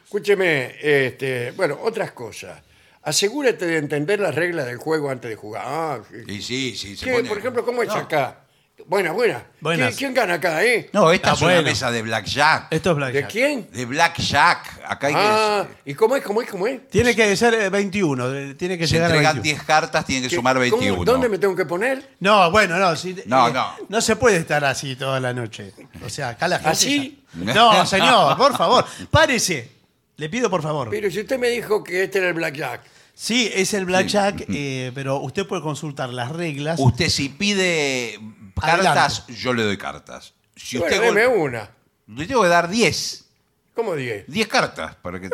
B: Escúcheme, este, bueno, otras cosas. Asegúrate de entender las reglas del juego antes de jugar. Ah, sí.
D: Y sí, sí, se
B: ¿Qué,
D: pone-
B: por ejemplo, ¿cómo es
D: No.
B: acá? Buena, buena.
C: Buenas.
B: ¿Quién, quién gana acá, eh?
D: No, esta
C: Ah,
D: es una
C: bueno.
D: mesa de blackjack.
C: Esto es
B: ¿De
C: Blackjack.
B: quién?
D: De blackjack. Acá hay que...
B: Ah, ¿y cómo es, cómo es, cómo es?
C: Tiene que ser eh, 21, eh, tiene que
D: se
C: llegar a
D: entregan
C: 21.
D: 10 cartas, tienen que
B: ¿Qué-
D: sumar
B: cómo-
D: 21.
B: ¿Dónde me tengo que poner?
C: No, bueno, no. si-
D: No,
C: eh,
D: no.
C: No se puede estar así toda la noche. O sea, acá la gente...
B: ¿Así?
C: ya- No, señor, por favor. Párese. Le pido por favor.
B: Pero si usted me dijo que este era el blackjack.
C: Sí, es el blackjack, eh, pero usted puede consultar las reglas.
D: Usted si pide cartas, yo le doy cartas. Si
B: bueno,
D: usted
B: deme
D: gol-
B: una.
D: Le tengo que dar 10.
B: ¿Cómo 10?
D: 10 cartas para que...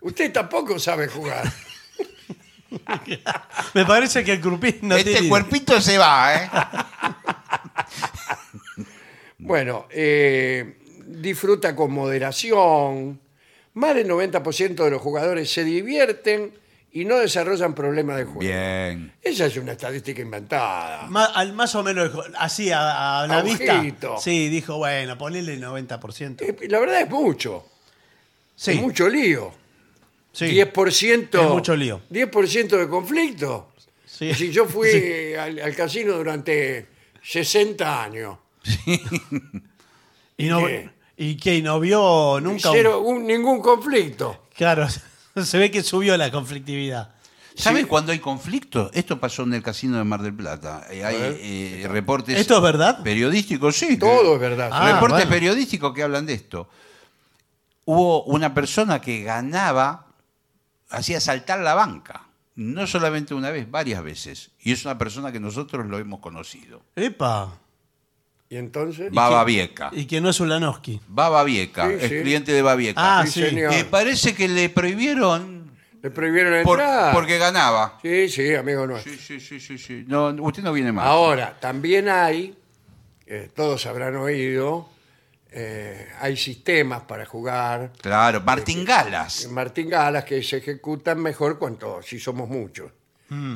B: Usted tampoco sabe jugar.
C: Me parece que el grupín no
D: este
C: tiene... idea.
D: cuerpito se va, ¿eh?
B: Bueno, eh, disfruta con moderación. Más del 90% de los jugadores se divierten y no desarrollan problemas de juego.
D: Bien.
B: Esa es una estadística inventada.
C: Ma- al- más o menos así, a, a la
B: Agujito.
C: vista. Sí, dijo, bueno, ponele el 90%.
B: Eh, La verdad es mucho.
C: Sí,
B: Es mucho lío.
C: sí.
B: 10%.
C: Es mucho lío.
B: 10% de conflicto.
C: Sí.
B: Si yo fui
C: Sí.
B: al, al casino durante 60 años,
C: ¿Y, no,
B: ¿Qué?
C: ¿Y qué? ¿Y no vio nunca? un-
B: cero, un- ningún conflicto.
C: Claro, se ve que subió la conflictividad.
D: ¿Sabe
B: Sí.
D: cuando hay conflicto? Esto pasó en el casino de Mar del Plata. Eh, hay
B: ver.
D: eh, reportes
C: ¿Esto es verdad?
D: periodísticos, sí.
B: Todo es verdad.
C: Ah,
D: reportes
C: bueno.
D: periodísticos que hablan de esto. Hubo una persona que ganaba, hacía saltar la banca. No solamente una vez, varias veces. Y es una persona que nosotros lo hemos conocido.
C: Epa.
B: ¿Y entonces?
D: Baba Vieca.
C: Y que no es Ulanowski.
D: Baba Vieca,
B: Sí,
D: es
B: sí.
D: cliente de Babieca.
C: Ah,
B: Sí,
C: sí.
B: señor.
D: Eh, parece que le prohibieron
B: Le prohibieron
D: por-
B: entrar.
D: porque ganaba.
B: Sí, sí, amigo nuestro.
D: Sí, sí, sí, sí, sí. No, usted no viene más.
B: Ahora, también hay, eh, todos habrán oído, eh, hay sistemas para jugar.
D: Claro, martingalas.
B: Martín Galas que se ejecutan mejor cuando si somos muchos.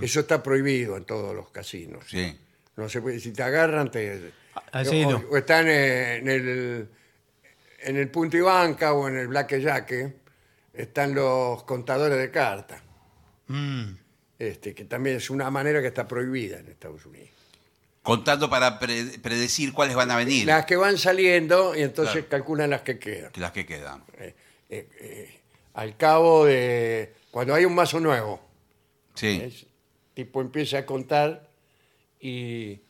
B: Eso está prohibido en todos los casinos.
D: Sí.
B: No se puede, si te agarran te
C: Ah, Así
B: o,
C: no.
B: o están eh, en el en el punto y banca o en el blackjack eh, están los contadores de cartas.
C: Mm,
B: Este, que también es una manera que está prohibida en Estados Unidos.
D: Contando para pre- predecir cuáles van a venir.
B: Las que van saliendo y entonces
D: Claro.
B: calculan las que quedan.
D: Las que quedan.
B: Eh, eh, eh, al cabo de cuando hay un mazo nuevo,
C: eh,
D: Sí.
B: ¿ves? tipo empieza a contar y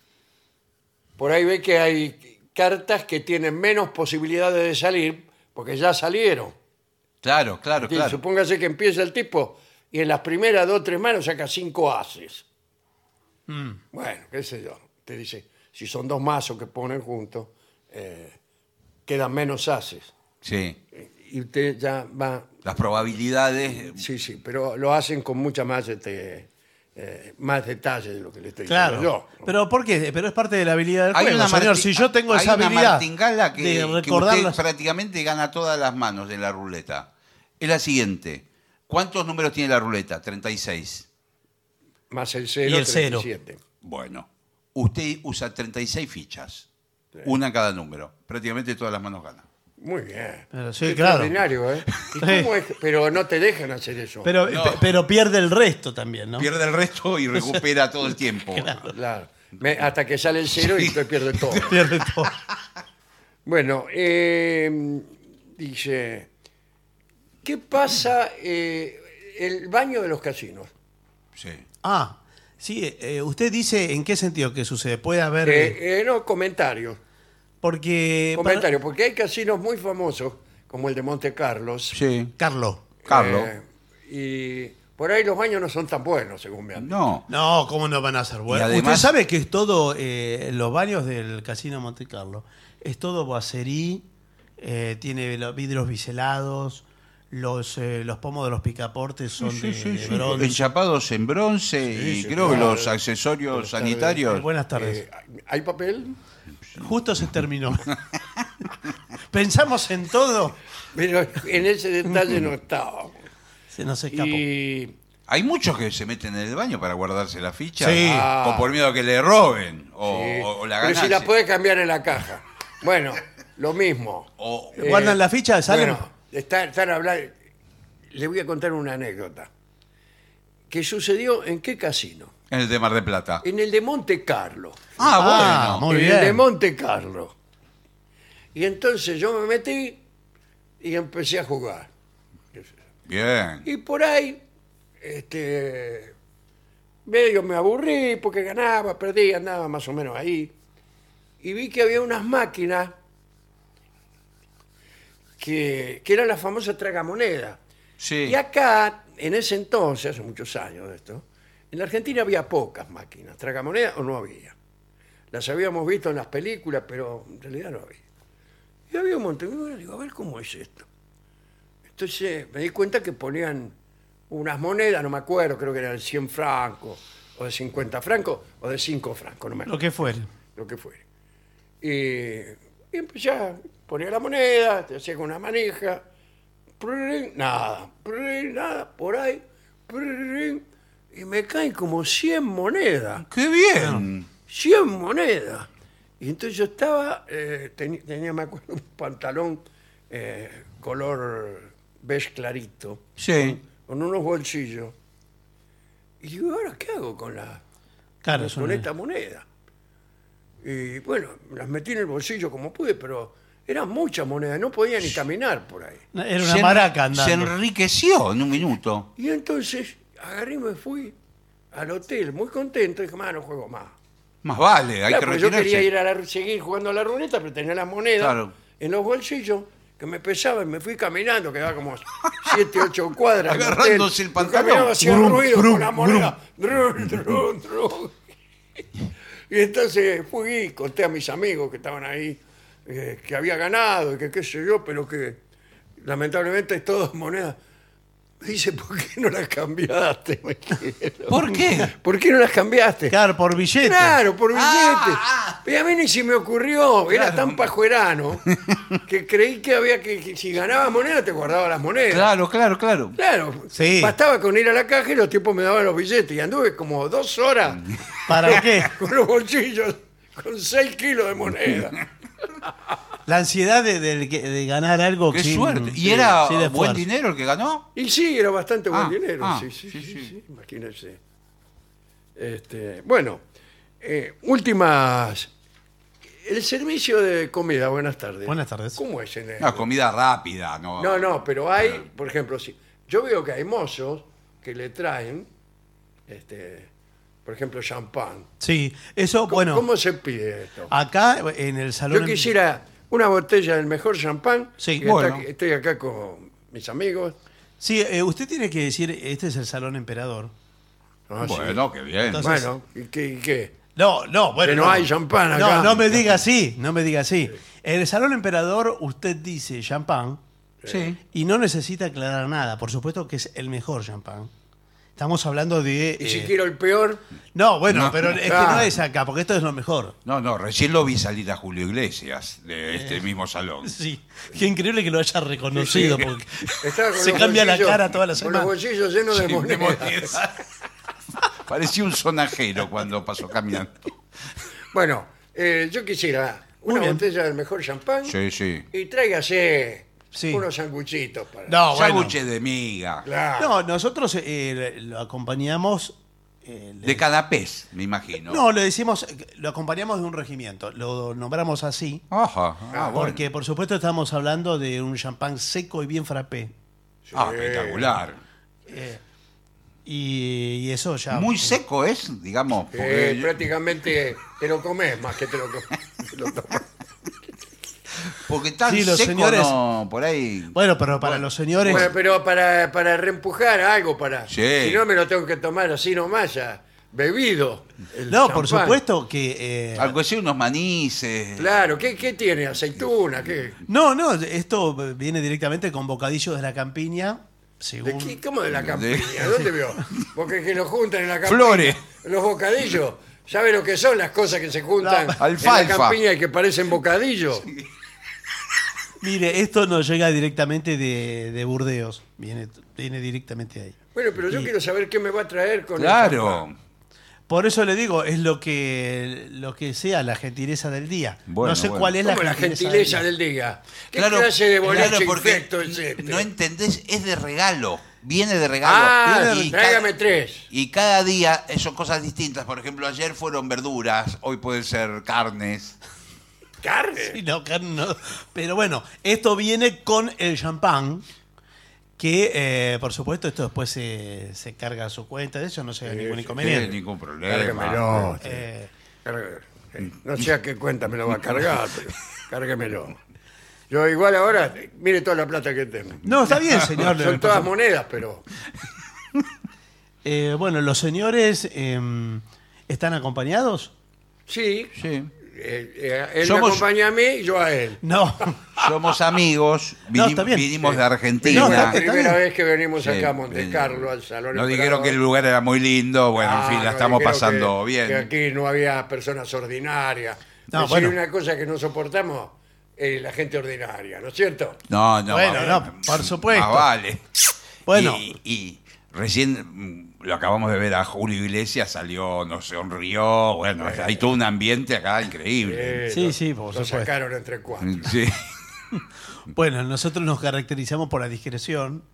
B: por ahí ve que hay cartas que tienen menos posibilidades de salir porque ya salieron.
D: Claro, claro,
B: Entonces,
D: claro.
B: Supóngase que empieza el tipo y en las primeras dos o tres manos saca cinco haces.
C: Mm.
B: Bueno, qué sé yo. Te dice, si son dos mazos que ponen juntos, eh, quedan menos haces.
D: Sí.
B: Y usted ya va
D: Las probabilidades.
B: Sí, sí, pero lo hacen con mucha más este, eh, más detalle de lo que le estoy
C: Claro.
B: diciendo yo.
C: Pero ¿por qué? Pero es parte de la habilidad del
D: Hay
C: juego,
D: una
C: señor.
D: marti-
C: Si yo tengo
D: hay
C: esa
D: una
C: habilidad
D: martingala que,
C: de
D: que
C: recordar
D: usted
C: las-
D: prácticamente gana todas las manos de la ruleta. Es la siguiente. ¿Cuántos números tiene la ruleta? 36.
B: Más el 0,
C: Y el cero.
B: 37.
D: Bueno, usted usa 36 fichas. Una en cada número. Prácticamente todas las manos gana.
B: Muy bien.
C: Pero sí,
B: Qué
C: claro.
B: Extraordinario, ¿eh? ¿Y
C: Sí.
B: cómo es? Pero no te dejan hacer eso.
C: Pero,
D: No.
C: pe- pero pierde el resto también, ¿no?
D: Pierde el resto y recupera todo el tiempo.
B: Claro. Me- hasta que sale el 0 y te pierde todo.
C: Pierde todo.
B: Bueno, eh, dice, ¿qué pasa eh, el baño de los casinos?
D: Sí.
C: Ah, Sí, eh, usted dice en qué sentido que sucede. Puede haber.
B: Eh, eh, no, comentarios.
C: porque. para-
B: Comentarios, porque hay casinos muy famosos, como el de Monte Carlos.
D: Sí.
C: Carlos.
D: Carlos.
B: Eh, y por ahí los baños no son tan buenos, según me han dicho.
D: No.
C: No, ¿cómo no van a ser buenos?
D: Y además-
C: Usted sabe que es todo, eh, los baños del Casino Monte Carlo, es todo boiserí, eh, tiene los vidrios biselados, los, eh, los pomos de los picaportes son de, de bronce.
D: Enchapados en bronce
B: Sí,
D: y
B: sí,
D: creo que
B: claro.
D: los accesorios
B: Buenas tardes.
D: sanitarios.
C: Buenas tardes.
B: Eh, ¿Hay papel?
C: Justo se terminó. Pensamos en todo,
B: Pero en ese detalle no estaba.
C: se nos escapó.
B: Y
D: Hay muchos que se meten en el baño para guardarse la ficha.
C: Sí.
D: Ah. O por miedo a que le roben. O,
B: eh,
D: o- o la
B: pero
D: ganancia.
B: si la puede cambiar en la caja. Bueno, lo mismo.
D: O-
B: Eh,
C: ¿Guardan la ficha? ¿Salen?
B: Bueno, están, están hablando. Les voy a contar una anécdota. Que sucedió en qué casino?
D: en el de Mar de Plata.
B: En el de Monte Carlo.
D: Ah,
C: Ah,
D: bueno.
C: Muy
B: en
C: bien.
B: el de Monte Carlo. Y entonces yo me metí y empecé a jugar.
D: Bien.
B: Y por ahí, este, medio me aburrí porque ganaba, perdía, andaba más o menos ahí. Y vi que había unas máquinas que, que eran las famosas tragamonedas.
D: Sí.
B: Y acá, en ese entonces, hace muchos años de esto, en la Argentina había pocas máquinas, tragamonedas o no había. Las habíamos visto en las películas, pero en realidad no había. Y había un montón. Y bueno, digo, a ver cómo es esto. Entonces me di cuenta que ponían unas monedas, no me acuerdo, creo que eran 100 francos, o de 50 francos, o de 5 francos, no me acuerdo
C: Lo que fuere.
B: lo que fuera. Y, y empecé a poner la moneda, te hacía con una manija, prrrin, nada, prrrin, nada, por ahí, prrrin, y me caen como 100 monedas,
D: Qué bien.
B: 100 monedas. Y entonces yo estaba, eh, teni- tenía, me acuerdo, un pantalón eh, color beige clarito,
D: Sí.
B: con unos bolsillos. Y digo, ¿ahora qué hago con la
C: Claro,
B: con-
C: es
B: con
C: una-
B: esta moneda. Y bueno, las metí en el bolsillo como pude, pero eran muchas monedas, no podía ni caminar por ahí.
C: era una
D: Se en-
C: maraca
D: Se
C: andando.
D: enriqueció en un minuto.
B: Y entonces agarré y me fui al hotel, muy contento, dije, "Ma, no juego más.
D: Más vale, hay
B: Claro,
D: que
B: porque yo
D: retirarse.
B: quería ir a la- seguir jugando a la ruleta, pero tenía las monedas
D: Claro.
B: en los bolsillos que me pesaban, me fui caminando, quedaba como 7, 8 cuadras. del hotel.
D: Agarrándose el
B: Yo
D: pantalón.
B: caminaba, hacía
C: Brum,
B: ruido
C: brum,
B: con la moneda. Drum, drum, drum. Y entonces fui, conté a mis amigos que estaban ahí, eh, que había ganado, y que qué sé yo, pero que lamentablemente es todo moneda. Me dice, ¿por qué no las cambiaste? Me dijeron.
D: ¿Por qué?
B: ¿Por qué no las cambiaste?
C: Claro, por billete.
B: Claro, por billetes.
D: Ah,
B: Pero a mí ni se me ocurrió, era tan pajuerano que creí que había que, que si ganabas moneda te guardaba las monedas.
D: Claro, claro, claro.
B: Claro.
C: Sí.
B: bastaba con ir a la caja y los tipos me daban los billetes. Y anduve como dos horas
D: Mm.
C: ¿Para qué?
B: con los bolsillos, con seis kilos de moneda.
C: La ansiedad de, del que- de ganar algo.
D: Qué
C: sin-
D: suerte. ¿Y
C: sí,
D: era
C: sin
D: buen
C: esfuerzo.
D: dinero el que ganó?
B: Y sí, era bastante buen
D: Ah,
B: dinero.
D: ah,
B: sí, sí,
D: sí,
B: sí,
D: sí.
B: sí, imagínense. Este, bueno, eh, últimas. El servicio de comida, buenas tardes.
C: Buenas tardes. Ah,
B: ¿Cómo es en el-
D: Una comida rápida, ¿no?
B: No, no, pero hay, por ejemplo, si yo veo que hay mozos que le traen, este, por ejemplo, champán.
C: Sí, eso,
B: ¿Cómo,
C: bueno.
B: cómo se pide esto?
C: Ah, Acá en el salón. em-
B: Yo quisiera una botella del mejor champán.
C: Sí,
B: que está-
D: bueno.
B: estoy acá con mis amigos.
C: Sí, eh, usted tiene que decir, este es el salón emperador.
B: Ah, sí.
D: Bueno, qué bien.
C: Entonces-
B: Bueno, ¿y qué? y qué?
C: No, no, bueno.
B: Que no hay champán acá.
C: No, no me diga así, no me diga así. En el salón emperador usted dice champán
D: sí.
C: y no necesita aclarar nada. Por supuesto que es el mejor champán. Estamos hablando de...
B: Y si
C: eh,
B: quiero el peor,
C: No, bueno,
D: No.
C: pero es que
B: Ah.
C: no es acá, porque esto es lo mejor.
D: No, no, recién lo vi salir a Julio Iglesias de este mismo salón.
C: Eh. Sí, qué increíble que lo haya reconocido. Porque
B: estaba con
C: se
B: los
C: cambia la
B: bolsillos-
C: cara toda
B: Con
C: la
B: los
C: semana.
B: bolsillos llenos de
D: De
B: monedas.
D: monedas. Parecía un sonajero cuando pasó caminando.
B: Bueno, eh, yo quisiera
C: Muy
B: una
C: bien.
B: botella del mejor champán
D: Sí, sí.
B: y tráigase
C: Sí.
B: unos sanguchitos para.
C: No, Ah, bueno.
D: Sándwiches de miga.
B: Claro.
C: No, nosotros eh, lo acompañamos... eh, le-
D: De canapés, me imagino.
C: No, le decimos, eh, lo acompañamos de un regimiento, lo nombramos así,
D: Ajá. Ah, bueno.
C: porque por supuesto estamos hablando de un champán seco y bien frappé.
D: Ah, espectacular.
C: Y, y eso ya.
D: Muy seco es, digamos. porque
B: Eh,
D: yo-
B: prácticamente te lo comes más que te lo, com- te lo tomas.
D: Porque tan
C: Sí, los
D: seco
C: señores-
D: no, por ahí.
C: Bueno, pero para los señores.
B: Bueno, pero para, para reempujar algo, para.
D: Sí.
B: Si no, me lo tengo que tomar así nomás, ya bebido. el
C: no, por
B: champán.
C: supuesto que. eh,
D: algo así, unos manices.
B: Claro, ¿qué, qué tiene? ¿Aceituna? ¿Qué?
C: no, no, esto viene directamente con bocadillos de la campiña.
B: ¿De
C: Según.
B: qué? ¿Cómo de la campiña? ¿Dónde vio? Porque que lo juntan en la campiña.
D: Flores.
B: Los bocadillos. ¿Sabe lo que son las cosas que se juntan
C: La-
B: en
D: Alfalfa.
B: la campiña y que parecen bocadillos?
C: Mire, esto nos llega directamente de, de Burdeos. Viene, viene directamente de ahí.
B: Bueno, pero yo quiero saber qué me va a traer con el champán.
D: Claro.
C: Por eso le digo, es lo que, lo que sea la gentileza del día.
D: Bueno,
C: no sé
D: bueno.
C: cuál es la
B: ¿Cómo la
C: gentileza,
B: gentileza
C: del día.
B: del día? ¿Qué
D: claro,
B: clase de
D: claro,
B: boliche
D: porque
B: infecto es este?
D: No entendés, es de regalo. Viene de regalo.
B: ah,
D: Y
B: tráigame
D: cada-
B: tres.
D: Y cada día eh, son cosas distintas. Por ejemplo, ayer fueron verduras, hoy pueden ser carnes.
B: ¿Carne?
C: Sí, no, Car- no. Pero bueno, esto viene con el champán, que eh, por supuesto esto después se, se carga a su cuenta, de eso no se da ningún
D: No
C: inconveniente.
D: ningún problema.
B: Cárgamelo.
C: Eh,
B: Cárgamelo. Eh, No sé a qué cuenta me lo va a cargar, pero cárgamelo. Yo igual ahora, eh, mire toda la plata que tengo.
C: no, está bien, señor.
B: Son todas monedas, pero
C: Eh, bueno, los señores eh, están acompañados.
B: sí,
D: Sí.
B: eh, eh, él
D: Somos-
B: me acompaña a mí y yo a él.
C: No,
D: Somos amigos,
C: No,
D: vinim-
C: está bien.
D: vinimos de
B: Es
D: Argentina.
C: No,
B: la
C: está bien.
B: primera vez que venimos
D: Sí,
B: acá a Monte
D: eh,
B: Carlo, al salón.
D: Nos
B: Emperador.
D: dijeron que el lugar era muy lindo, bueno,
B: Ah,
D: en fin, la
B: nos
D: estamos
B: dijeron
D: pasando
B: que-
D: bien.
B: Que aquí no había personas ordinarias.
C: No,
B: No,
C: bueno.
B: una cosa que no soportamos eh, la gente ordinaria, ¿no es cierto?
D: No, no.
C: Bueno,
D: eh,
C: no, por supuesto.
D: más vale.
C: Bueno.
D: Y, y recién mm, lo acabamos de ver a Julio Iglesias, salió, no sé, sonrió. Bueno, hay todo un ambiente acá increíble.
B: Eh,
C: Sí,
B: lo-
C: sí, por
B: lo
C: supuesto. Mm.
B: sacaron entre cuatro.
D: Sí.
C: bueno, nosotros nos caracterizamos por la discreción.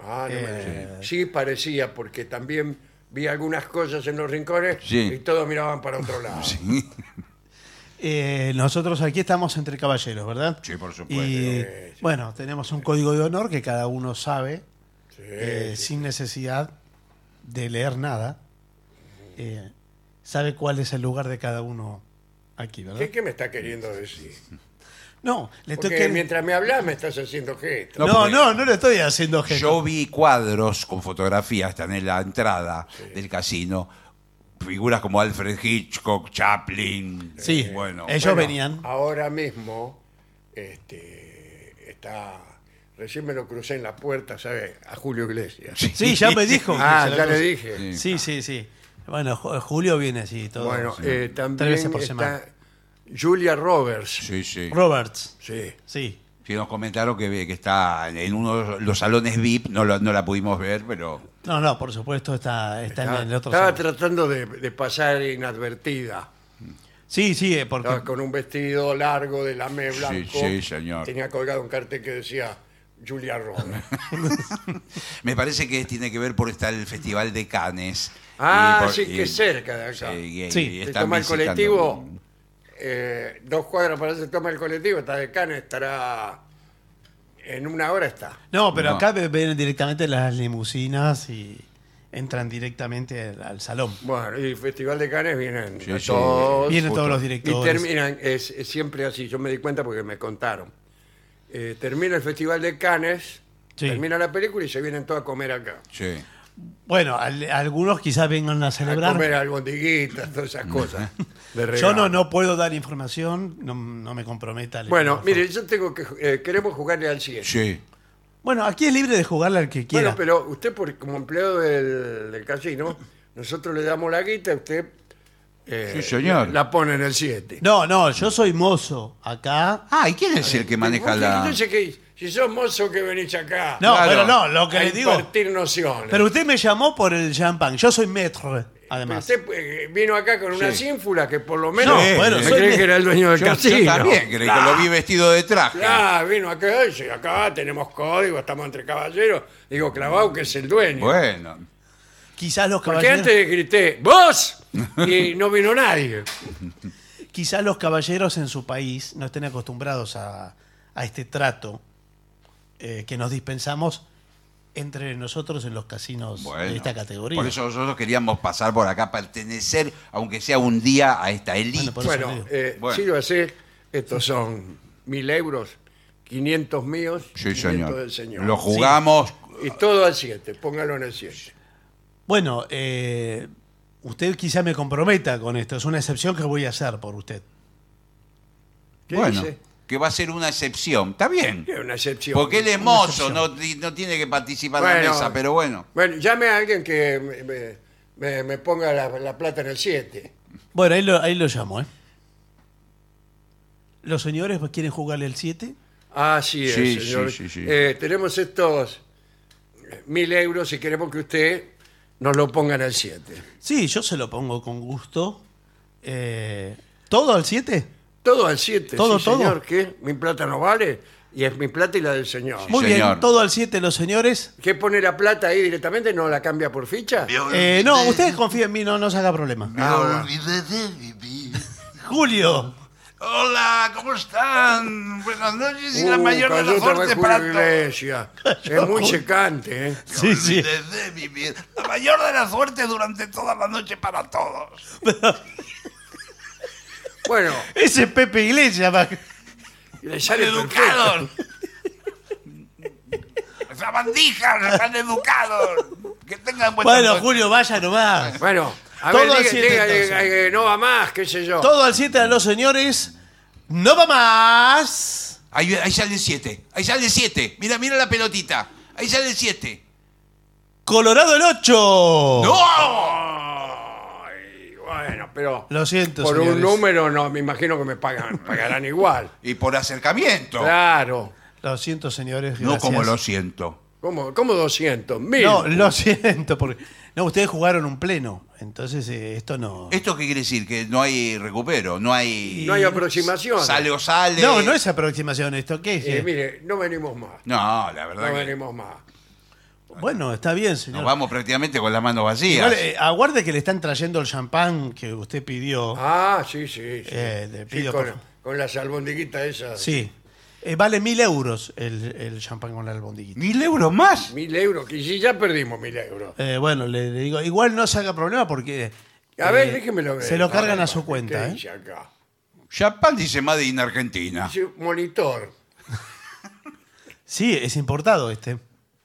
B: Ah,
C: Eh.
B: no me digas. Sí, parecía, porque también vi algunas cosas en los rincones
D: Sí.
B: y todos miraban para otro lado.
C: Eh, nosotros aquí estamos entre caballeros, ¿verdad?
D: Sí, por supuesto.
C: Y
D: Sí,
B: sí.
C: bueno, tenemos un código de honor que cada uno sabe,
B: Sí,
C: eh,
B: sí.
C: sin necesidad de leer nada. Eh, sabe cuál es el lugar de cada uno aquí, ¿verdad?
B: ¿Qué, qué me está queriendo decir?
C: No, le
B: Porque
C: estoy queriendo-
B: mientras me hablas me estás haciendo gestos.
D: No,
C: No,
D: porque-
C: no, no le estoy haciendo gesto.
D: Yo vi cuadros con fotografías, están en la entrada del casino, figuras como Alfred Hitchcock, Chaplin. eh,
C: Sí,
D: bueno.
C: ellos
B: Bueno,
C: venían.
B: Ahora mismo este, está... Recién me lo crucé en la puerta, ¿sabes? A Julio Iglesias.
C: Sí, ya me dijo. que
B: Ah,
C: se lo
B: ya le
C: crucé.
B: dije.
C: Sí, sí, sí. Bueno, Ju- Julio viene así, todo.
B: Bueno,
C: sí.
B: eh,
C: Tres
B: también
C: veces por semana.
B: está Julia Roberts.
D: Sí, sí.
C: Roberts,
B: Sí.
C: sí.
D: Sí, nos comentaron que, ve- que está en uno de los salones VIP, no, lo- no la pudimos ver, pero
C: No, no, por supuesto está, está,
B: Estaba,
C: en el otro
B: estaba
C: salón.
B: tratando de- de pasar inadvertida.
C: Sí, sí, eh, porque
B: Estaba con un vestido largo de lame blanco.
D: sí, señor.
B: Tenía colgado un cartel que decía Julia Roberts.
D: me parece que tiene que ver por estar el Festival de Cannes.
B: Ah,
D: Y por-
B: sí,
D: y-
B: que es cerca de acá.
D: Sí, y-
C: Sí.
D: y
B: Se
D: están
B: toma el
D: visitando-
B: colectivo, eh, dos cuadras para allá se toma el colectivo, está de Cannes, estará... En una hora está.
C: No, pero
D: No.
C: acá ve- ven directamente las limusinas y entran directamente al, al salón.
B: Bueno, y el Festival de Cannes vienen
D: Sí,
B: a
D: sí.
B: todos.
C: Vienen
D: justo.
C: todos los
B: Y
C: directores.
B: terminan, es, es siempre así, yo me di cuenta porque me contaron. Eh, termina el Festival de Cannes,
C: Sí.
B: termina la película y se vienen todos a comer acá.
D: Sí.
C: Bueno, al- algunos quizás vengan a
B: a comer
C: celebrar.
B: albondiguitas, todas esas cosas. de
C: Yo
B: regalo.
C: no, no puedo dar información, no, no me comprometa. le-
B: Bueno,
C: por favor.
B: mire, yo tengo que. eh, queremos jugarle al 100.
D: Sí.
C: Bueno, aquí es libre de jugarle al que quiera.
B: bueno, pero usted, por, como empleado del, del casino, nosotros le damos la guita, usted. eh,
D: Sí, señor.
B: La pone en el 7.
C: No, no, yo soy mozo acá.
D: Ah, ¿y quién es el
B: Eh,
D: que maneja la...?
B: Entonces, ¿qué? si sos mozo que venís acá.
C: No,
D: Claro.
C: pero no, lo que
B: a
C: le digo.
B: Impartir nociones.
C: Pero usted me llamó por el champán. Yo soy maître,
B: Pero
C: además.
B: usted eh, vino acá con una
D: Sí.
B: cínfula que por lo menos
C: Sí, bueno,
B: me
C: soy
B: creí
C: me-
B: que era el dueño del
D: Yo,
B: casino.
D: yo también, creí que lo vi vestido de traje.
B: Claro, vino acá, dice, acá tenemos código, estamos entre caballeros. Digo, Clavau, que es el dueño.
D: Bueno,
C: Quizás los
B: Porque
C: caballeros,
B: antes grité, ¡vos! Y no vino nadie.
C: quizás los caballeros en su país no estén acostumbrados a, a este trato eh, que nos dispensamos entre nosotros en los casinos
D: Bueno,
C: de esta categoría.
D: Por eso nosotros queríamos pasar por acá, pertenecer, aunque sea un día, a esta élite.
C: Bueno, pues, por eso
B: Bueno,
C: digo.
B: eh,
D: Bueno.
B: si lo haces, estos son mil euros, 500 míos,
D: Sí,
B: 500
D: señor.
B: del señor.
D: Lo jugamos.
B: Y todo al 7, póngalo en el 7.
C: Bueno, eh, usted quizá me comprometa con esto. Es una excepción que voy a hacer por usted.
B: ¿Qué
D: bueno,
B: dice?
D: que va a ser una excepción. Está bien.
B: Es una excepción.
D: Porque él es
C: Una
D: mozo,
C: excepción.
D: no, ti- no tiene que participar en la mesa, pero bueno.
B: Bueno, llame a alguien que me, me- me- me ponga la, la plata en el 7.
C: Bueno, ahí lo, ahí lo llamo, ¿eh? ¿Los señores quieren jugarle el 7?
B: Así es,
D: Sí,
B: señor.
D: sí, sí, sí.
B: Eh, tenemos estos mil euros y queremos que usted nos lo ponga en el 7.
C: Sí, yo se lo pongo con gusto. Eh, ¿Todo al 7?
B: Todo al 7,
C: Todo, todo.
B: señor, que mi plata no vale y es mi plata y la del señor.
D: Sí.
C: Muy bien,
D: señor.
C: todo al 7 los señores.
B: ¿Qué pone la plata ahí directamente? ¿No la cambia por ficha?
C: Eh, no, ustedes confíen en mí, no nos haga problema.
B: Ah, bueno.
C: Julio,
D: Hola, ¿cómo están? Buenas noches y la
B: Uh,
D: mayor de
B: cayó
D: las
B: otra vez
D: suertes
B: Julio
D: para todos.
B: Iglesias. Es muy secante, ¿eh?
C: sí, sí.
D: Desde mi vida. La mayor de las suertes durante toda la noche para todos.
B: Bueno,
C: Ese es Pepe Iglesias. va.
B: le sale perfecto.
D: educados. Esas bandijas están educados. Que tengan buena
C: Bueno,
D: noche.
C: Julio, vaya nomás.
B: Bueno, a
C: Todo
B: ver,
C: al
B: diga-
C: siete,
B: diga,
C: entonces.
B: diga que no va más, qué sé yo.
C: Todo al 7 a los señores. No va más.
D: Ahí, ahí sale el 7. Ahí sale el 7. Mira, mira la pelotita. Ahí sale el 7.
C: Colorado el 8.
D: ¡No!
B: Ay, bueno, pero
C: Lo siento,
B: por un
C: señores.
B: número no, me imagino que me pagan, pagarán igual.
D: Y por acercamiento.
B: Claro.
C: Lo siento, señores.
D: No
C: gracias.
D: como lo siento.
B: ¿Cómo, cómo 200? ¿Mil?
C: No, lo siento. Porque... No, ustedes jugaron un pleno. Entonces, eh, esto no.
D: ¿Esto qué quiere decir? Que no hay recupero, no hay...
B: no hay aproximación.
D: Sale o sale.
C: No, no es aproximación esto. ¿Qué es?
B: Eh, mire, no venimos más.
D: No, la verdad
B: No
D: que
B: venimos más.
C: Bueno, está bien,
D: nos
C: señor.
D: vamos prácticamente con las manos vacías.
C: Igual, eh, aguarde que le están trayendo el champán que usted pidió.
B: Ah, sí, sí. sí.
C: Eh, le
B: Sí,
C: pido, por
B: con,
C: favor.
B: con las albondiguitas esas.
C: Sí. Eh, vale mil euros el, el champán con la albondiguita.
D: ¿Mil euros más?
B: Mil euros, que si ya perdimos mil euros.
C: Eh, bueno, le, le digo, igual no se haga problema porque.
B: A
C: eh,
B: ver, déjemelo ver.
C: Se lo cargan
B: ver,
C: a su
B: ¿qué
C: cuenta, ¿eh?
B: dice acá?
D: Japan dice Made in Argentina.
B: Dice monitor.
C: Sí, es importado este.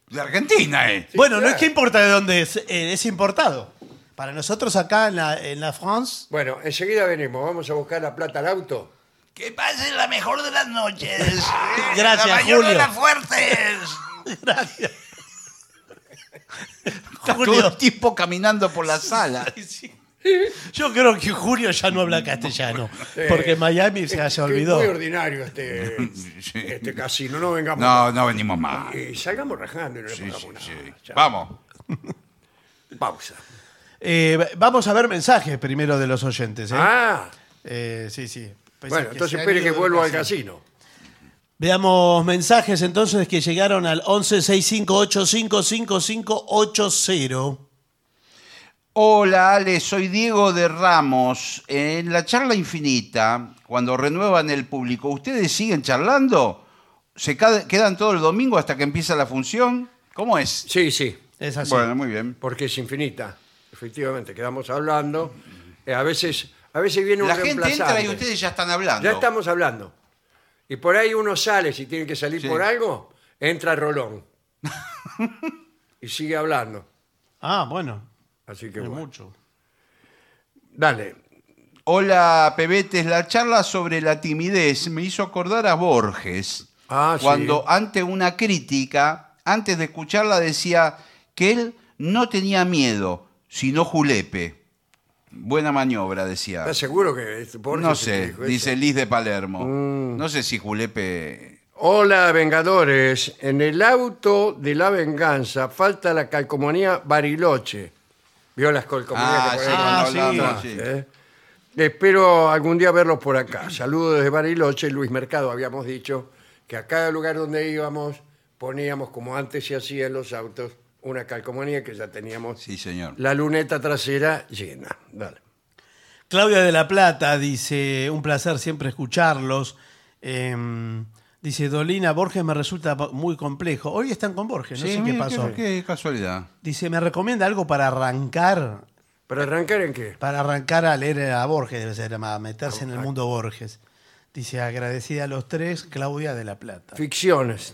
D: De Argentina, eh.
C: bueno, no
B: claro.
C: es que importa de dónde es, eh, es importado. Para nosotros acá en la, en la France.
B: Bueno, enseguida venimos. Vamos a buscar la plata al auto.
D: Que pase la mejor de las noches. eh,
C: Gracias,
D: La mayor de
C: Julio.
D: las fuertes.
C: Gracias.
D: Todo
C: Julio.
D: el tiempo caminando por la sala.
C: Sí. Yo creo que Julio ya no habla castellano.
B: Sí.
C: Porque Miami se,
B: Es
C: se
B: que
C: olvidó.
B: Es muy ordinario este,
D: Sí.
B: este casino. No vengamos.
D: No, no venimos más.
B: Y salgamos rajando y no le
D: Sí, sí,
B: pongamos
D: sí.
B: nada. Ya.
D: Vamos.
B: Pausa.
C: Eh, vamos a ver mensajes primero de los oyentes. ¿eh?
B: Ah,
C: Eh, sí, sí. Pensé
B: bueno,
C: que
B: entonces
C: se han
B: espere
C: ido
B: que
C: del
B: vuelva al
C: casino.
B: casino.
C: Veamos mensajes entonces que llegaron al 1165855580.
D: Hola Ale, soy Diego de Ramos. En la charla infinita, cuando renuevan el público, ¿ustedes siguen charlando? ¿Se ca- quedan todo el domingo hasta que empieza la función? ¿Cómo es?
B: Sí, sí,
C: Es así.
D: Bueno, muy bien.
B: porque es infinita. Efectivamente, quedamos hablando. Eh, a veces, a veces viene un
D: La gente entra y
B: reemplazante.
D: ustedes ya están hablando.
B: Ya estamos hablando. Y por ahí uno sale, si tiene que salir
D: Sí.
B: por algo, entra Rolón. y sigue hablando.
C: Ah, bueno.
B: Así que
C: es
B: bueno.
C: mucho.
B: Dale.
D: Hola Pebetes, la charla sobre la timidez me hizo acordar a Borges.
B: Ah, sí.
D: cuando ante una crítica, antes de escucharla decía que él no tenía miedo, sino julepe. Buena maniobra, decía.
B: ¿Estás seguro que es Borges
D: No
B: el que
D: sé,
B: dijo eso? Mm.
D: dice Liz de Palermo. No sé si julepe...
B: Hola, Vengadores. En el auto de la venganza falta la calcomanía Bariloche. ¿Vio las calcomanías
D: Ah,
B: que
D: sí,
B: ponen
C: Ah,
D: cuando hablamos,
B: Sí.
D: sí.
B: ¿Eh? Espero algún día verlos por acá. Saludos desde Bariloche, Luis Mercado. Habíamos dicho que a cada lugar donde íbamos poníamos, como antes se hacía en los autos, una calcomanía que ya teníamos
D: Sí, señor.
B: la luneta trasera llena. Dale.
C: Claudia de la Plata dice, un placer siempre escucharlos. Em, Dice Dolina Borges me resulta bo- muy complejo. Hoy están con Borges, no
D: Sí,
C: sé qué
D: mira,
C: pasó.
D: qué casualidad.
C: Dice, me recomienda algo para arrancar,
B: ¿Para arrancar en qué?
C: para arrancar a leer a Borges, debe ser más, meterse en el mundo Borges. Dice, agradecida a los tres, Claudia de la Plata.
B: Ficciones.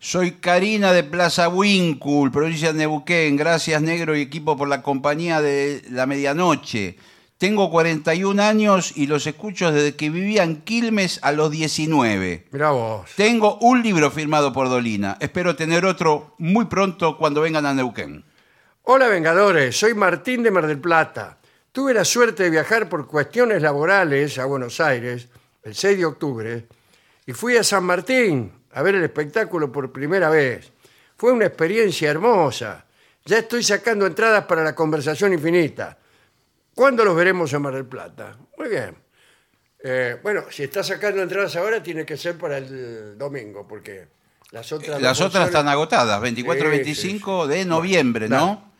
D: Soy Karina de Plaza Wincul, provincia de Neuquén. Gracias, negro y equipo, por la compañía de la medianoche. Tengo 41 años y los escucho desde que vivía en Quilmes a los 19.
B: Mirá vos.
D: Tengo un libro firmado por Dolina. Espero tener otro muy pronto cuando vengan a Neuquén.
B: Hola Vengadores, soy Martín de Mar del Plata. Tuve la suerte de viajar por cuestiones laborales a Buenos Aires el 6 de octubre y fui a San Martín a ver el espectáculo por primera vez. Fue una experiencia hermosa. Ya estoy sacando entradas para la conversación infinita. ¿Cuándo los veremos en Mar del Plata? Muy bien. Eh, bueno, si está sacando entradas ahora, tiene que ser para el domingo, porque las otras... no
D: Las otras
B: funcionan.
D: están agotadas, 24 y
B: Sí,
D: 25 de noviembre, ¿no?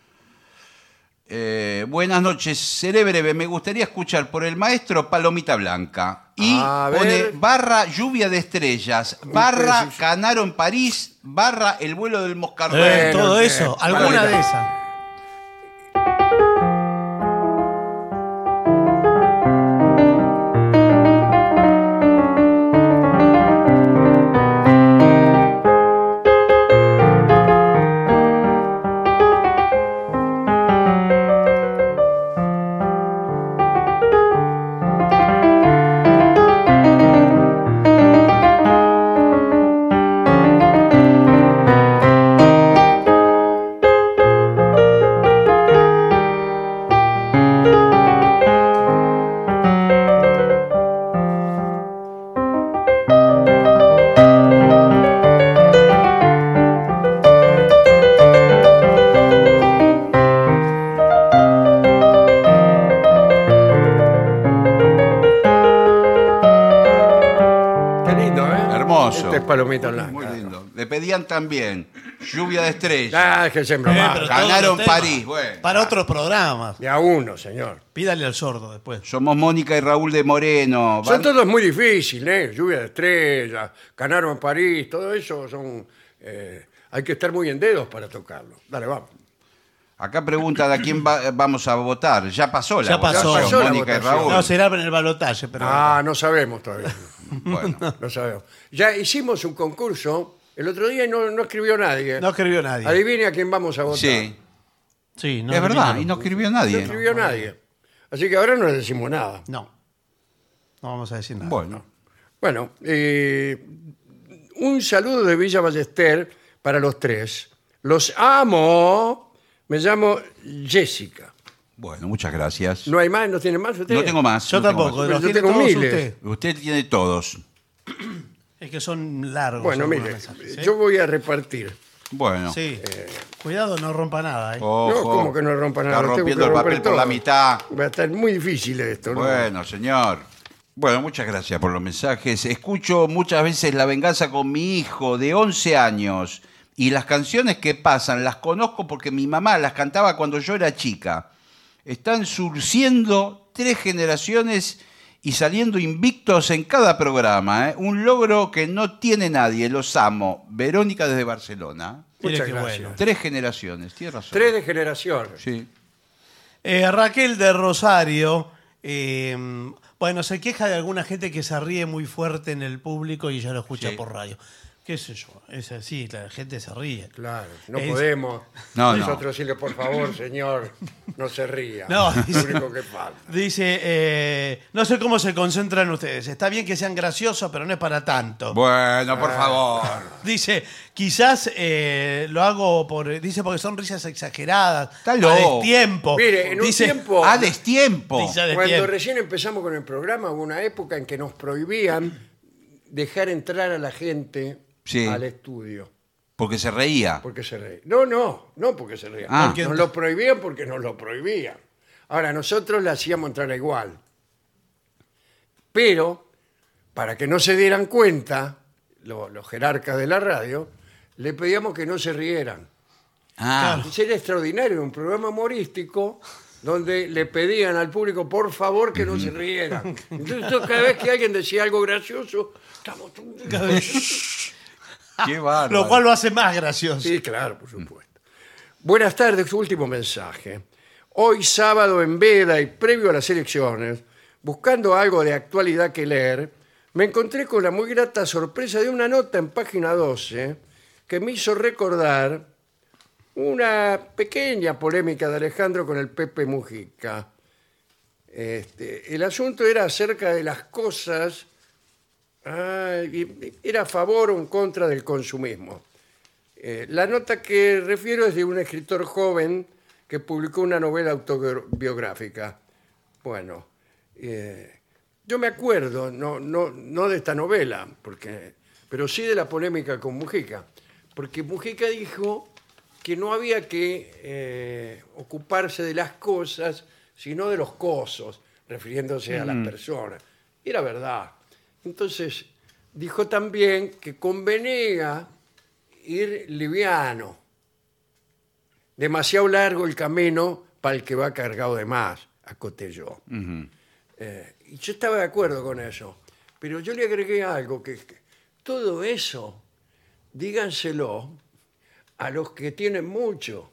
D: Eh, buenas noches, Cerebreve. Me gustaría escuchar por el maestro Palomita Blanca. Y
B: A
D: pone
B: ver.
D: barra lluvia de estrellas, barra
B: sí, sí.
D: Canaro en París, barra el vuelo del
C: Eh,
D: Moscardón.
B: Bueno,
C: todo
B: eh,
C: eso, alguna
D: Margarita.
C: de esas.
B: Qué lindo, ¿eh?
D: Hermoso.
B: Este es Palomita Blanca.
D: Muy lindo. Le pedían también lluvia de estrellas.
B: Ah, que se
C: Eh,
B: broma.
D: pero- ganaron París, bueno.
C: Para otros programas.
B: De a uno, señor.
C: Pídale al sordo después.
D: Somos Mónica y Raúl de Moreno.
B: Son
D: Van-
B: todos muy difíciles, ¿eh? Lluvia de estrellas, Canaro en París, todo eso son... eh, hay que estar muy en dedos para tocarlo. Dale, vamos.
D: Acá preguntan a quién va- vamos a votar. Ya pasó la
C: Ya pasó.
D: votación,
C: Ya pasó
B: la
D: Mónica y
B: votación.
D: Raúl.
C: No, será en el balotaje, pero...
B: Ah, no sabemos todavía.
D: Bueno.
B: No sabemos. Ya hicimos un concurso el otro día y no, no escribió nadie.
C: No escribió nadie.
B: Adivine a quién vamos a votar.
D: Sí,
C: Sí, no
D: es verdad,
C: eliminaron.
D: y no escribió
B: No
D: nadie.
B: escribió nadie. Así que ahora no le decimos nada.
C: No. No vamos a decir nada.
D: Bueno,
B: Bueno, eh, un saludo de Villa Ballester para los tres. Los amo. Me llamo Jessica.
D: bueno, muchas gracias. No,
B: ¿No hay más? ¿No tiene más? usted?
D: tengo más.
C: Yo
D: no tengo
C: tampoco,
B: Pero
C: los
B: yo
C: tiene
B: tengo
C: todos
B: miles.
C: usted.
D: más. Usted tiene todos.
C: Es que son largos.
B: Bueno,
C: algunos
B: mire,
C: mensajes, ¿eh?
B: yo voy a repartir.
D: Bueno.
C: Sí. Cuidado, no rompa nada. ¿eh?
D: Ojo,
B: no, como que no rompa nada.
D: Está
B: Lo tengo que
D: rompiendo el
B: romper
D: papel por
B: todo.
D: la mitad.
B: Va a estar muy difícil esto. ¿no?
D: Bueno, señor. Bueno, muchas gracias por los mensajes. Escucho muchas veces La venganza con mi hijo de 11 años y las canciones que pasan las conozco porque mi mamá las cantaba cuando yo era chica. Están surciendo tres generaciones y saliendo invictos en cada programa. ¿eh? Un logro que no tiene nadie. Los amo. Verónica desde Barcelona.
C: Mire
B: Muchas
C: qué
B: gracias.
C: bueno.
D: Tres generaciones, tienes razón.
B: Tres de generación.
D: Sí.
C: Eh, Raquel de Rosario. eh, bueno, se queja de alguna gente que se ríe muy fuerte en el público y ya lo escucha
D: Sí.
C: por radio. ¿Qué sé yo? Es así, la gente se ríe.
B: Claro, no
C: Es-
B: podemos.
D: No, no.
B: Nosotros decirle, por favor, señor, no se ría.
C: No,
B: Lo único que falta.
C: Dice, eh, no sé cómo se concentran ustedes. Está bien que sean graciosos, pero no es para tanto.
D: Bueno, por favor.
C: Dice, quizás eh, lo hago por. Dice, porque son risas exageradas.
D: Está loco.
C: A destiempo.
B: Mire, en un
C: Dice-
B: tiempo.
D: A destiempo.
C: Dice a
B: Cuando
C: destiempo.
B: recién empezamos con el programa hubo una época en que nos prohibían dejar entrar a la gente
D: Sí.
B: al estudio
D: Porque se reía.
B: porque se reía. No, no, no porque se reía.
D: Ah.
B: Nos lo prohibían porque nos lo prohibían. Ahora, nosotros le hacíamos entrar igual. Pero, para que no se dieran cuenta, lo- los jerarcas de la radio, le pedíamos que no se rieran.
D: Ah,
B: Sería extraordinario un programa humorístico donde le pedían al público por favor que no se rieran. Entonces yo, cada vez que alguien decía algo gracioso, estamos todos-
D: Qué bárbaro.
C: Lo cual lo hace más gracioso.
B: Sí, claro, por supuesto. Buenas tardes, su último mensaje. Hoy sábado en Veda y previo a las elecciones, buscando algo de actualidad que leer, me encontré con la muy grata sorpresa de una nota en página 12 que me hizo recordar una pequeña polémica de Alejandro con el Pepe Mujica. Este, el asunto era acerca de las cosas, ah, y- y era a favor o en contra del consumismo. Eh, la nota que refiero es de un escritor joven que publicó una novela autobiográfica. Bueno, eh, yo me acuerdo, no, no, no de esta novela, porque, pero sí de la polémica con Mujica, porque Mujica dijo que no había que eh, ocuparse de las cosas, sino de los cosos, refiriéndose a las personas. Y era verdad. Entonces, dijo también que convenía ir liviano. Demasiado largo el camino para el que va cargado de más, acoté yo. Eh, y yo estaba de acuerdo con eso, pero yo le agregué algo, que, que todo eso, díganselo a los que tienen mucho.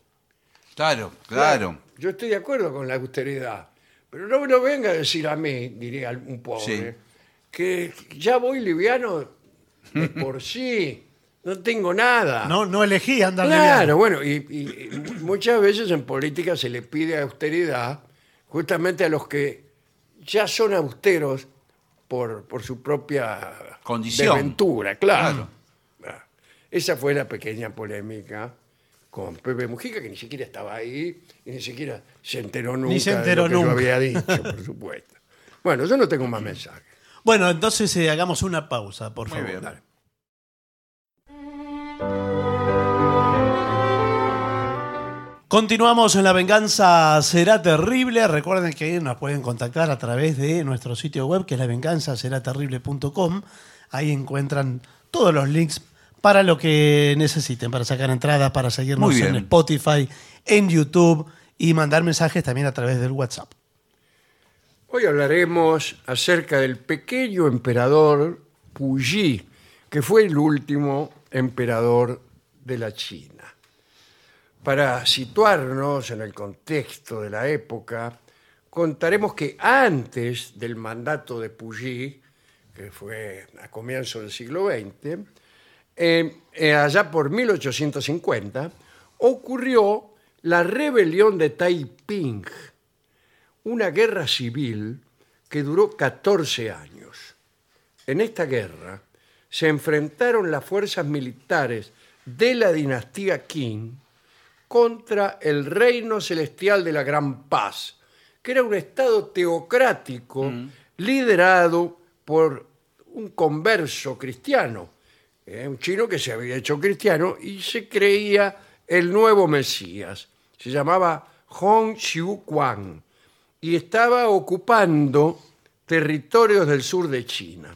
D: Claro, claro.
B: Yo estoy de acuerdo con la austeridad, pero no me lo venga a decir a mí, diría un pobre,
D: Sí.
B: que ya voy liviano de por sí, no tengo nada.
C: No, no elegí andar
B: Claro,
C: liviano.
B: bueno, y, y- y muchas veces en política se le pide austeridad justamente a los que ya son austeros por, por su propia
D: Condición.
B: desventura, claro. Ah, Esa fue la pequeña polémica con Pepe Mujica, que ni siquiera estaba ahí y ni siquiera se enteró nunca
C: se
B: de lo
C: enteró
B: que yo
C: nunca.
B: había dicho, por supuesto. Bueno, yo no tengo más mensajes.
C: Bueno, entonces eh, hagamos una pausa, por
D: Muy
C: favor.
D: bien.
B: Dale.
C: Continuamos en La Venganza Será Terrible. Recuerden que nos pueden contactar a través de nuestro sitio web, que es lavenganzaseraterrible.com. Ahí encuentran todos los links para lo que necesiten, para sacar entradas, para seguirnos
D: Muy bien.
C: en Spotify, en YouTube y mandar mensajes también a través del WhatsApp.
B: Hoy hablaremos acerca del pequeño emperador Puyi, que fue el último emperador de la China. Para situarnos en el contexto de la época, contaremos que antes del mandato de Puyi, que fue a comienzos del siglo XX, eh, eh, allá por 1850, ocurrió la rebelión de Taiping, una guerra civil que duró 14 años. En esta guerra se enfrentaron las fuerzas militares de la dinastía Qing contra el reino celestial de la Gran Paz, que era un estado teocrático liderado por un converso cristiano, eh, un chino que se había hecho cristiano y se creía el nuevo Mesías. Se llamaba Hong Xiu Quan y estaba ocupando territorios del sur de China.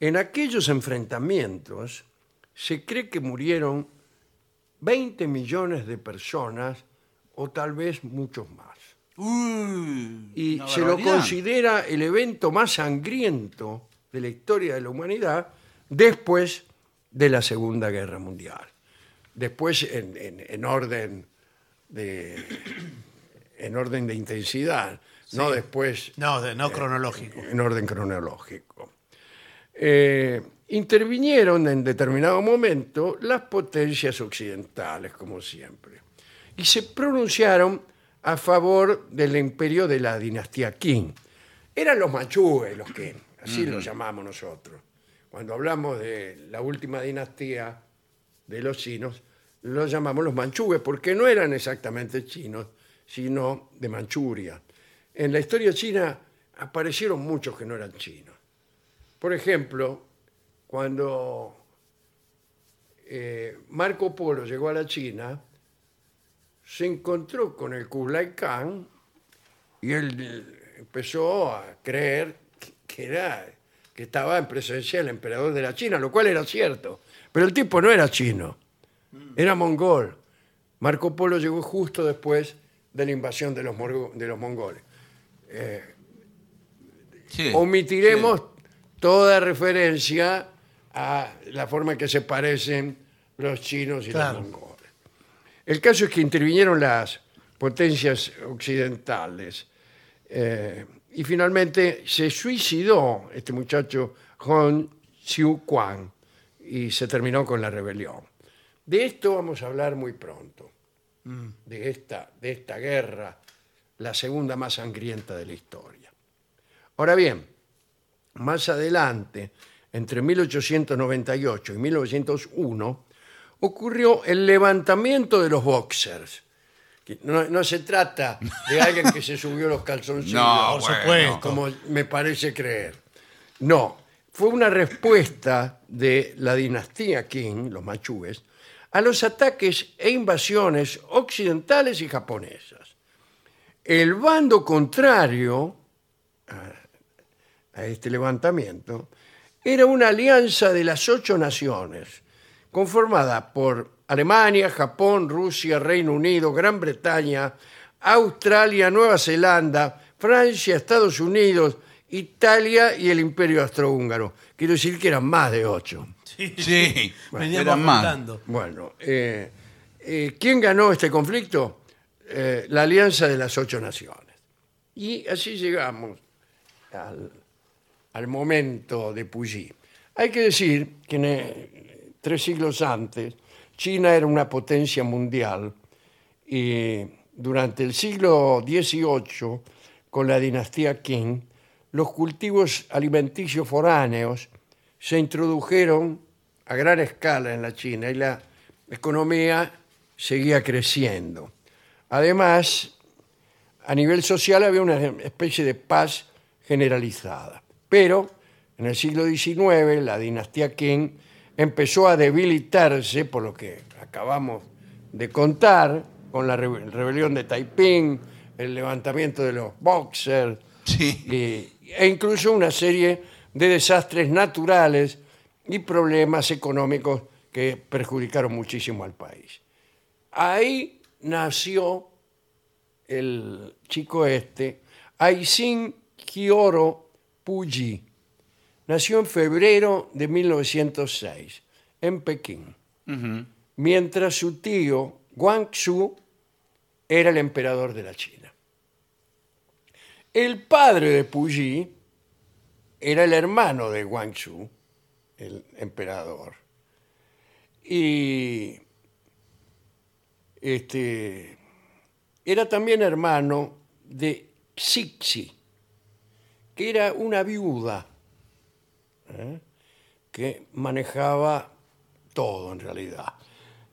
B: En aquellos enfrentamientos se cree que murieron 20 millones de personas o tal vez muchos más.
D: Uy,
B: Y
D: una
B: se lo
D: barbaridad.
B: considera el evento más sangriento de la historia de la humanidad después de la Segunda Guerra Mundial. Después en, en- en orden de en orden de intensidad, no después
C: No, de-
D: Eh,
C: no cronológico.
B: en orden cronológico. Eh, intervinieron en determinado momento las potencias occidentales, como siempre, y se pronunciaron a favor del imperio de la dinastía Qing. Eran los manchúes los que, así los llamamos nosotros. Cuando hablamos de la última dinastía de los chinos, los llamamos los manchúes, porque no eran exactamente chinos, sino de Manchuria. En la historia china aparecieron muchos que no eran chinos. Por ejemplo, cuando eh, Marco Polo llegó a la China, se encontró con el Kublai Khan y él eh, empezó a creer que- que, era, que estaba en presencia del emperador de la China, lo cual era cierto. Pero el tipo no era chino, era mongol. Marco Polo llegó justo después de la invasión de los, morgo- de los mongoles.
D: Sí.
B: Omitiremos toda referencia a la forma en que se parecen los chinos y
C: Claro.
B: los mongoles. El caso es que intervinieron las potencias occidentales eh, y finalmente se suicidó este muchacho Hong Xiu Quan y se terminó con la rebelión. De esto vamos a hablar muy pronto, de, esta, de esta guerra, la segunda más sangrienta de la historia. Ahora bien, más adelante, entre 1898 y 1901, ocurrió el levantamiento de los boxers. Que No, no se trata de alguien que se subió los calzoncillos,
D: No,
C: por
D: bueno.
C: supuesto.
B: como me parece creer. No, fue una respuesta de la dinastía Qing, los Machúes, a los ataques e invasiones occidentales y japonesas. El bando contrario, a este levantamiento era una alianza de las ocho naciones, conformada por Alemania, Japón, Rusia, Reino Unido, Gran Bretaña, Australia, Nueva Zelanda, Francia, Estados Unidos, Italia y el Imperio Austrohúngaro. Quiero decir que eran más de ocho.
D: Sí,
C: Veníamos
D: eran más.
C: contando.
B: Bueno, eh, eh, ¿quién ganó este conflicto? Eh, la Alianza de las Ocho Naciones. Y así llegamos al, al momento de Puyi. Hay que decir que en, eh, tres siglos antes China era una potencia mundial y durante el siglo XVIII, con la dinastía Qing, los cultivos alimenticios foráneos se introdujeron a gran escala en la China y la economía seguía creciendo. Además, a nivel social había una especie de paz generalizada. Pero en el siglo XIX la dinastía Qing empezó a debilitarse, por lo que acabamos de contar, con la rebe- rebelión de Taiping, el levantamiento de los boxers
D: Sí.
B: y- e incluso una serie de desastres naturales y problemas económicos que perjudicaron muchísimo al país. Ahí nació el chico este, Aisin Kioro Puyi. Nació en febrero de 1906 en Pekín, mientras su tío Guangxu era el emperador de la China. El padre de Puyi era el hermano de Guangxu, el emperador. Y este, era también hermano de Xixi, que era una viuda ¿eh? que manejaba todo en realidad.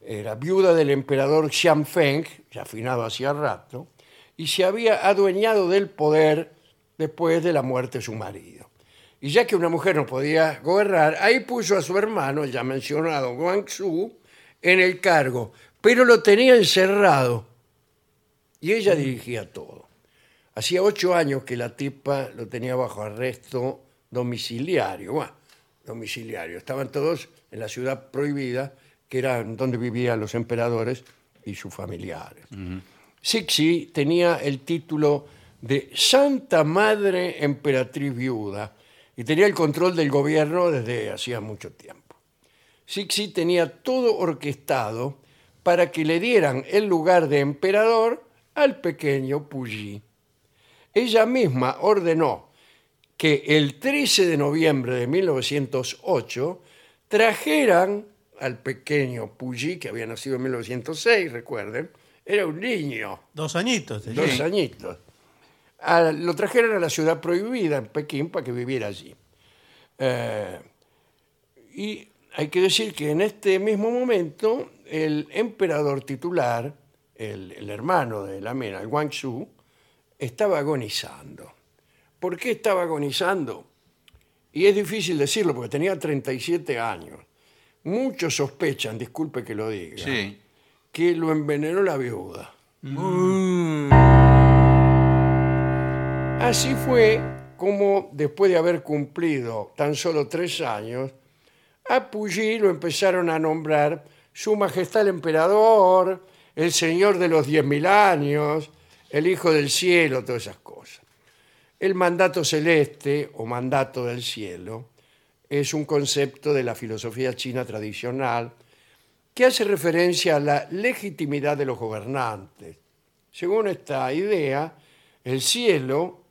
B: Era viuda del emperador Xianfeng, ya afinado hacía rato, y se había adueñado del poder después de la muerte de su marido. Y ya que una mujer no podía gobernar, ahí puso a su hermano, ya mencionado, Guangxu, en el cargo, pero lo tenía encerrado y ella dirigía todo. Hacía ocho años que la tipa lo tenía bajo arresto domiciliario. Bueno, domiciliario. Estaban todos en la ciudad prohibida, que era donde vivían los emperadores y sus familiares. Sixi tenía el título de Santa Madre Emperatriz Viuda y tenía el control del gobierno desde hacía mucho tiempo. Sixi tenía todo orquestado para que le dieran el lugar de emperador al pequeño Puyi. Ella misma ordenó que el 13 de noviembre de 1908 trajeran al pequeño Puyi, que había nacido en 1906, recuerden, era un niño
C: Dos añitos. tenía.
B: dos añitos. A- lo trajeron a la ciudad prohibida, en Pekín, para que viviera allí. Eh, y hay que decir que en este mismo momento, el emperador titular, el, el hermano de la mena, el Guangxu, estaba agonizando. ¿Por qué estaba agonizando? Y es difícil decirlo porque tenía 37 años. Muchos sospechan, disculpe que lo diga,
D: Sí.
B: que lo envenenó la viuda. Así fue como, después de haber cumplido tan solo tres años, a Puyi lo empezaron a nombrar Su Majestad el Emperador, el Señor de los Diez Mil Años, el Hijo del Cielo, todas esas cosas. El mandato celeste o mandato del cielo es un concepto de la filosofía china tradicional que hace referencia a la legitimidad de los gobernantes. Según esta idea, el cielo,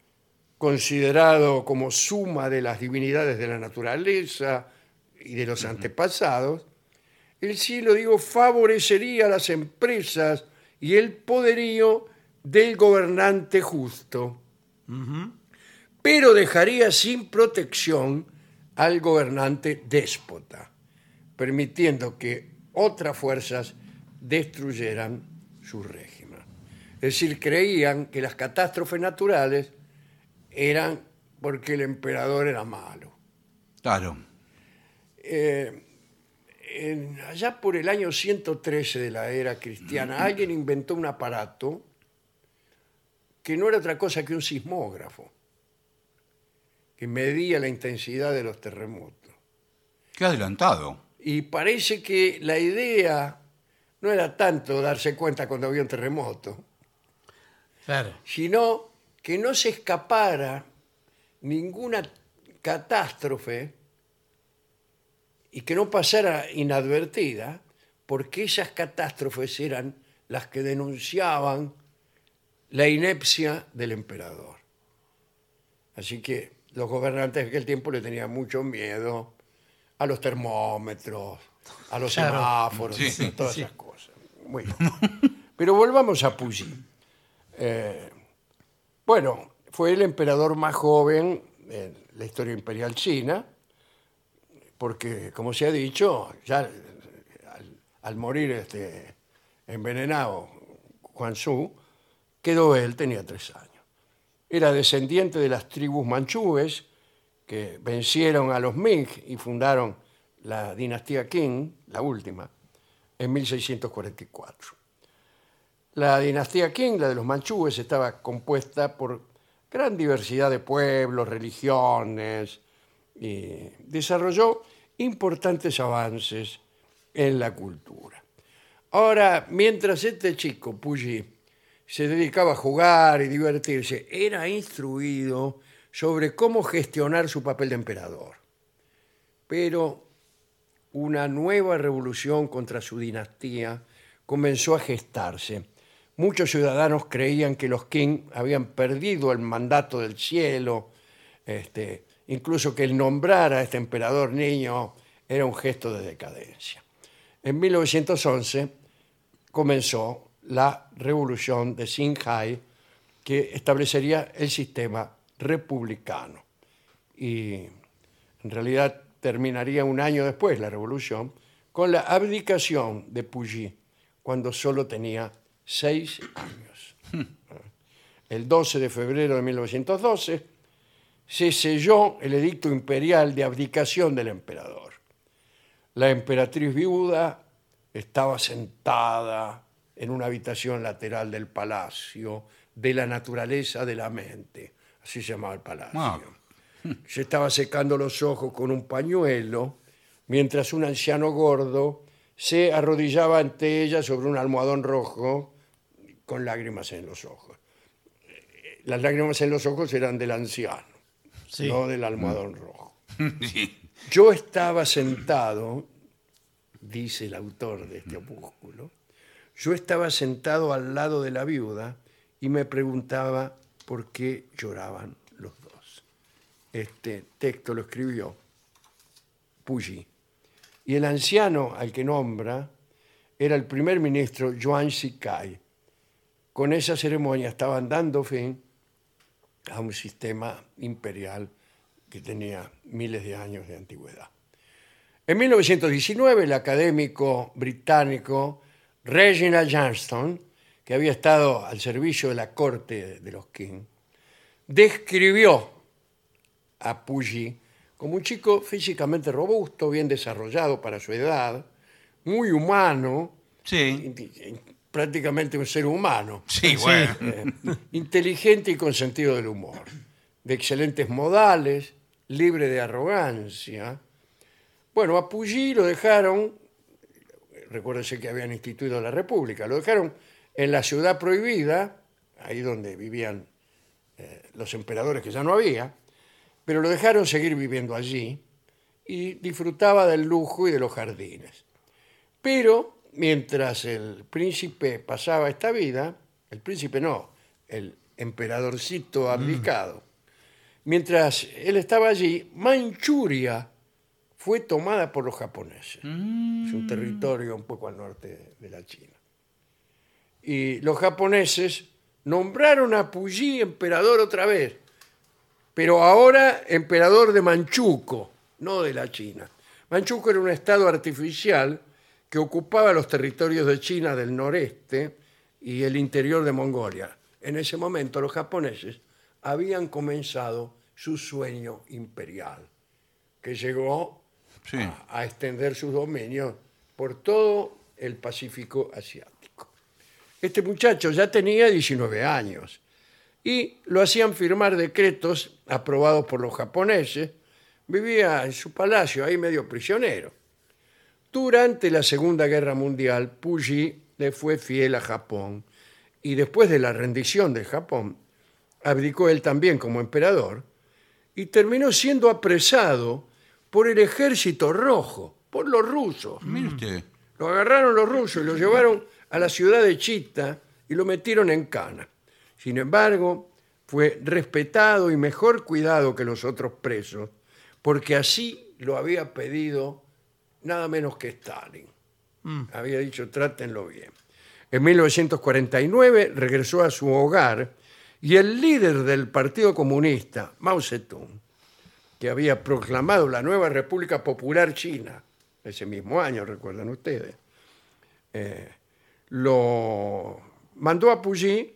B: considerado como suma de las divinidades de la naturaleza y de los antepasados, el cielo, digo, favorecería a las empresas y el poderío del gobernante justo, pero dejaría sin protección al gobernante déspota, permitiendo que otras fuerzas destruyeran su régimen. Es decir, creían que las catástrofes naturales eran porque el emperador era malo.
D: Claro.
B: Eh, en- allá por el año 113 de la era cristiana, alguien inventó un aparato que no era otra cosa que un sismógrafo, que medía la intensidad de los terremotos.
D: Qué adelantado.
B: Y parece que la idea no era tanto darse cuenta cuando había un terremoto,
C: Claro.
B: sino que no se escapara ninguna catástrofe y que no pasara inadvertida, porque esas catástrofes eran las que denunciaban la inepcia del emperador. Así que los gobernantes de aquel tiempo le tenían mucho miedo a los termómetros, a los
C: Claro.
B: semáforos,
D: Sí,
B: todas
C: sí.
B: esas cosas. Bueno, pero volvamos a Puyi. Eh, Bueno, fue el emperador más joven en la historia imperial china, porque, como se ha dicho, ya al, al morir este envenenado Juan Su, quedó él, tenía tres años. Era descendiente de las tribus manchúes que vencieron a los Ming y fundaron la dinastía Qing, la última, en 1644. La dinastía Qing, la de los manchúes, estaba compuesta por gran diversidad de pueblos, religiones, y desarrolló importantes avances en la cultura. Ahora, mientras este chico, Puyi, se dedicaba a jugar y divertirse, era instruido sobre cómo gestionar su papel de emperador. Pero una nueva revolución contra su dinastía comenzó a gestarse. Muchos ciudadanos creían que los Qing habían perdido el mandato del cielo, este, incluso que el nombrar a este emperador niño era un gesto de decadencia. En 1911 comenzó la revolución de Xinhai, que establecería el sistema republicano y en realidad terminaría un año después la revolución, con la abdicación de Puyi, cuando solo tenía seis años. El 12 de febrero de 1912 se selló el edicto imperial de abdicación del emperador. La emperatriz viuda estaba sentada en una habitación lateral del palacio de la naturaleza de la mente, así se llamaba el palacio
D: Ah,
B: se estaba secando los ojos con un pañuelo, mientras un anciano gordo se arrodillaba ante ella sobre un almohadón rojo con lágrimas en los ojos. Eh, Las lágrimas en los ojos eran del anciano,
C: Sí.
B: no del almohadón rojo.
D: sí.
B: Yo estaba sentado, dice el autor de este opúsculo, yo estaba sentado al lado de la viuda y me preguntaba por qué lloraban los dos. Este texto lo escribió Puyi. Y el anciano al que nombra era el primer ministro Yuan Shikai. Con esa ceremonia estaban dando fin a un sistema imperial que tenía miles de años de antigüedad. En 1919, el académico británico Reginald Johnston, que había estado al servicio de la corte de los King, describió a Puyi como un chico físicamente robusto, bien desarrollado para su edad, muy humano,
D: Sí,
B: prácticamente un ser humano
D: sí, bueno.
B: inteligente y con sentido del humor, de excelentes modales, libre de arrogancia. Bueno, a Puyi lo dejaron, recuérdense que habían instituido la República, lo dejaron en la ciudad prohibida, ahí donde vivían eh, los emperadores que ya no había, pero lo dejaron seguir viviendo allí y disfrutaba del lujo y de los jardines. Pero mientras el príncipe pasaba esta vida, el príncipe no, el emperadorcito abdicado, mientras él estaba allí, Manchuria fue tomada por los japoneses. Es un territorio un poco al norte de la China. Y los japoneses nombraron a Puyi emperador otra vez, pero ahora emperador de Manchuco, no de la China. Manchuco era un estado artificial que ocupaba los territorios de China del noreste y el interior de Mongolia. En ese momento los japoneses habían comenzado su sueño imperial, que llegó
D: Sí.
B: a- a extender sus dominios por todo el Pacífico asiático. Este muchacho ya tenía 19 años y lo hacían firmar decretos aprobados por los japoneses. Vivía en su palacio, ahí medio prisionero. Durante la Segunda Guerra Mundial, Puyi le fue fiel a Japón y después de la rendición de Japón, abdicó él también como emperador y terminó siendo apresado por el ejército rojo, por los rusos.
D: Mire usted.
B: Lo agarraron los rusos y lo llevaron a la ciudad de Chita y lo metieron en cana. Sin embargo, fue respetado y mejor cuidado que los otros presos, porque así lo había pedido nada menos que Stalin. Había dicho, trátenlo bien. En 1949 regresó a su hogar y el líder del Partido Comunista, Mao Zedong, que había proclamado la nueva República Popular China, ese mismo año, recuerdan ustedes, eh, lo mandó a Puyi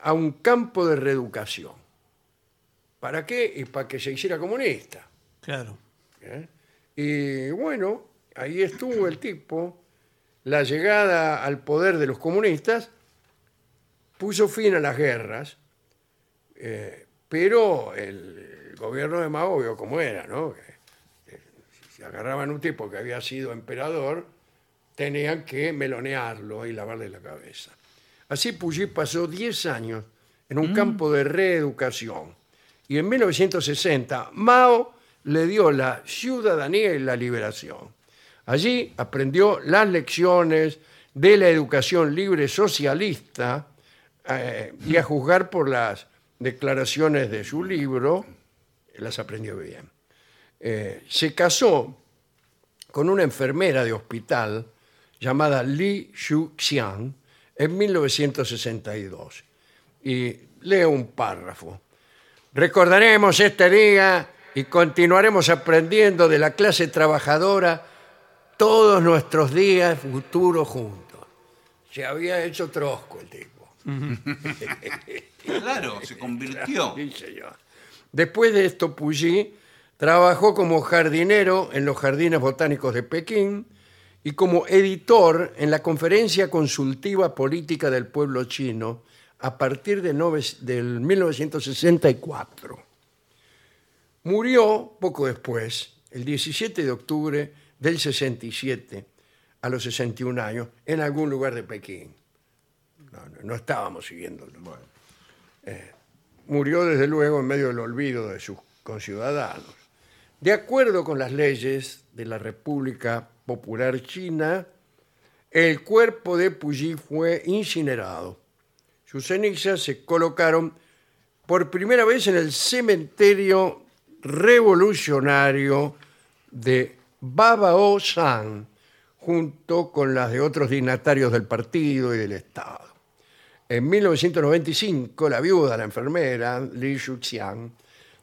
B: a un campo de reeducación. ¿Para qué? Y para que se hiciera comunista.
C: Claro.
B: ¿eh? Y bueno, ahí estuvo el tipo. La llegada al poder de los comunistas puso fin a las guerras, eh, pero el gobierno de Mao vio cómo era, ¿no? Que, eh, si agarraban un tipo que había sido emperador, tenían que melonearlo y lavarle la cabeza. Así Puyi pasó 10 años en un campo de reeducación. Y en 1960, Mao le dio la ciudadanía y la liberación. Allí aprendió las lecciones de la educación libre socialista eh, y a juzgar por las declaraciones de su libro, las aprendió bien. Eh, se casó con una enfermera de hospital llamada Li Xuxian en 1962. Y leo un párrafo. Recordaremos este día y continuaremos aprendiendo de la clase trabajadora todos nuestros días futuros juntos. Se había hecho trosco el tipo.
D: Claro, se convirtió.
B: Sí, señor. Después de esto, Puyi trabajó como jardinero en los jardines botánicos de Pekín y como editor en la Conferencia Consultiva Política del Pueblo Chino a partir de nove- del 1964. Murió poco después, el 17 de octubre del 67, a los 61 años, en algún lugar de Pekín. No, no- no estábamos siguiéndolo murió desde luego en medio del olvido de sus conciudadanos. De acuerdo con las leyes de la República Popular China, el cuerpo de Puyi fue incinerado. Sus cenizas se colocaron por primera vez en el cementerio revolucionario de Babao-san, junto con las de otros dignatarios del partido y del Estado. En 1995, la viuda, la enfermera, Li Xuxian,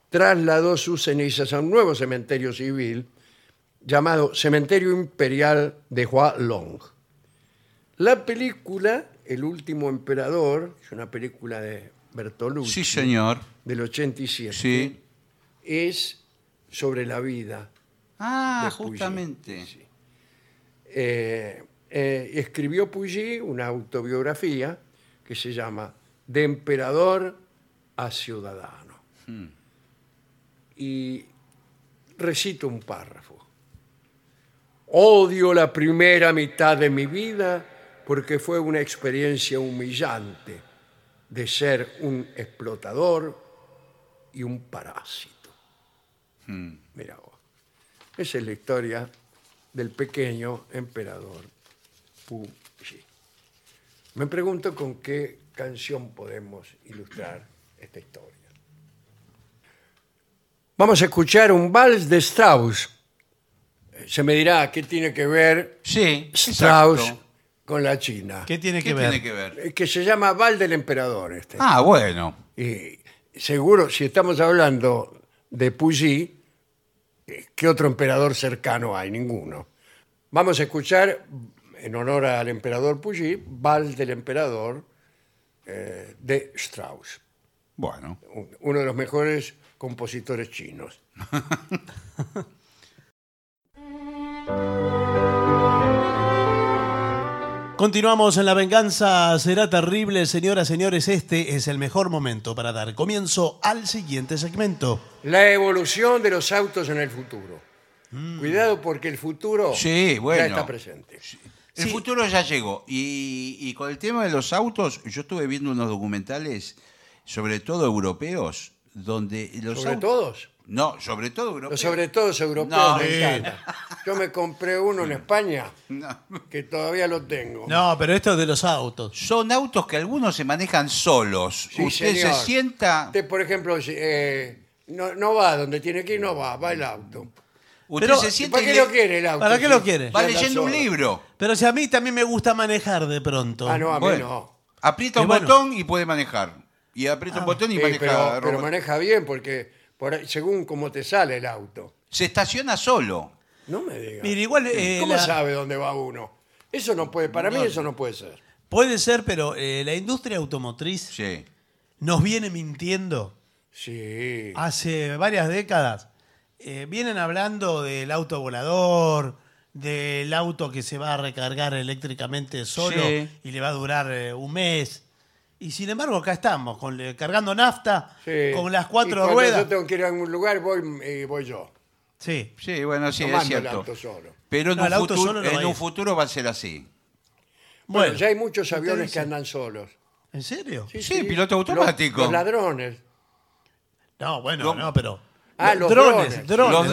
B: trasladó sus cenizas a un nuevo cementerio civil llamado Cementerio Imperial de Hualong. La película El último emperador, es una película de Bertolucci,
D: Sí, señor.
B: del 87,
D: Sí.
B: es sobre la vida.
D: Ah,
B: de Puyi.
D: justamente.
B: Sí. Eh, eh, escribió Puyi una autobiografía que se llama De emperador a ciudadano.
D: Hmm.
B: Y recito un párrafo. Odio la primera mitad de mi vida porque fue una experiencia humillante, de ser un explotador y un parásito.
D: Hmm.
B: Mira vos. Esa es la historia del pequeño emperador Puyi. Me pregunto con qué canción podemos ilustrar esta historia. Vamos a escuchar un vals de Strauss. Eh, Se me dirá qué tiene que ver
D: Sí,
B: Strauss
D: exacto.
B: con la China.
C: ¿Qué tiene
D: ¿Qué
C: que ver?
D: tiene que ver?
B: Eh, Que se llama Vals del Emperador este.
D: Ah, bueno.
B: Y seguro, si estamos hablando de Puyi, eh, ¿qué otro emperador cercano hay? Ninguno. Vamos a escuchar, en honor al emperador Puyi, Vals del Emperador eh, de Strauss,
D: Bueno.
B: un- uno de los mejores compositores chinos.
C: Continuamos en La Venganza Será Terrible. Señoras, señores, este es el mejor momento para dar comienzo al siguiente segmento.
B: La evolución de los autos en el futuro. Cuidado porque el futuro
D: Mm. Sí, bueno.
B: ya está presente.
D: El
C: Sí.
D: futuro ya llegó. Y, y con el tema de los autos, yo estuve viendo unos documentales, sobre todo europeos, donde los
B: Sobre
D: autos-
B: todos.
D: No, sobre todo europeos.
B: Los sobre todos europeos
D: No,
B: me
D: sí.
B: encantan. Yo me compré uno en España que todavía lo tengo.
C: No, pero esto es de los autos.
D: Son autos que algunos se manejan solos.
B: Sí,
D: Usted
B: señor.
D: se sienta.
B: Usted, por ejemplo, si, eh, no, no va donde tiene que ir, no va, va el auto.
D: Usted
C: Pero-
D: se
B: ¿Y
D: sienta
B: ¿Para
D: y
B: qué
D: le-
B: lo quiere el auto?
C: ¿Para qué
B: si-
C: lo quiere?
B: si
D: va
B: anda
D: leyendo un
B: solo?
D: libro.
C: Pero si a mí también me gusta manejar de pronto.
B: Ah, no, a mí
D: Bueno,
B: no. Ah,
D: Aprieta
C: Y
D: un
C: bueno.
D: botón y puede manejar. Y aprieta un botón y
B: Sí,
D: maneja.
B: Eh, pero, pero
D: robot.
B: maneja bien porque por ahí- según cómo te sale el auto.
D: Se estaciona solo.
B: No me digas.
C: Mire, igual, eh,
B: ¿Cómo
C: la-
B: sabe dónde va uno? Eso no puede, para mí eso no puede ser.
C: Puede ser, pero eh, la industria automotriz
D: Sí.
C: nos viene mintiendo
D: Ah,
B: Sí.
C: hace varias décadas. Eh, vienen hablando del auto volador, del auto que se va a recargar eléctricamente solo
D: Sí.
C: y le va a durar eh, un mes. Y sin embargo, acá estamos, con, le- cargando nafta,
B: Sí.
C: con las
B: Y
C: cuatro
B: cuando
C: ruedas.
B: Yo tengo que ir a algún lugar, voy, eh, voy yo.
C: Sí.
D: Sí, bueno, sí,
B: No
D: es
B: mando el
D: cierto.
B: auto solo.
D: Pero en,
C: No,
D: un,
C: el auto
D: futuro,
C: solo no
D: en
C: va a
D: un
C: ir.
D: futuro va a ser así.
B: Bueno,
C: Bueno,
B: ya hay muchos
C: ¿usted
B: aviones
C: dice?
B: que andan solos.
C: ¿En serio?
D: Sí, piloto automático.
B: Los, los ladrones.
C: No, bueno,
D: Lo-
C: no, pero.
B: Ah, los drones.
D: Los drones,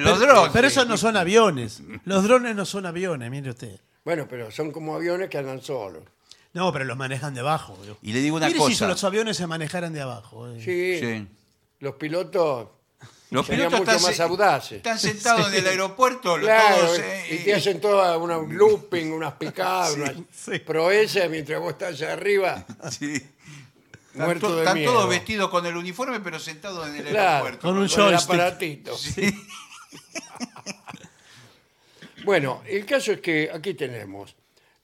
D: los
C: pero,
D: drones.
C: Pero esos no son aviones. Los drones no son aviones, mire usted.
B: Bueno, pero son como aviones que andan solos.
C: No, pero los manejan de abajo. digo.
D: Y le digo una
C: Mire si
D: cosa.
C: los aviones se manejaran de abajo. eh.
B: Sí.
D: Sí.
B: Los pilotos.
D: Los
B: Serían
D: pilotos están,
B: mucho más
D: se-
B: audaces.
D: están sentados en el aeropuerto, los-
B: Claro,
D: todos,
B: y-
D: eh,
B: y te hacen toda una, un looping, unas picadas, unas
C: sí.
B: proezas, mientras vos estás allá arriba.
D: sí. Están,
B: Muerto
D: to-
B: de
D: están
B: miedo.
D: todos vestidos con el uniforme, pero sentados en el
B: Claro,
D: aeropuerto.
C: Con un
B: el
C: joystick.
B: aparatito. bueno, el caso es que aquí tenemos.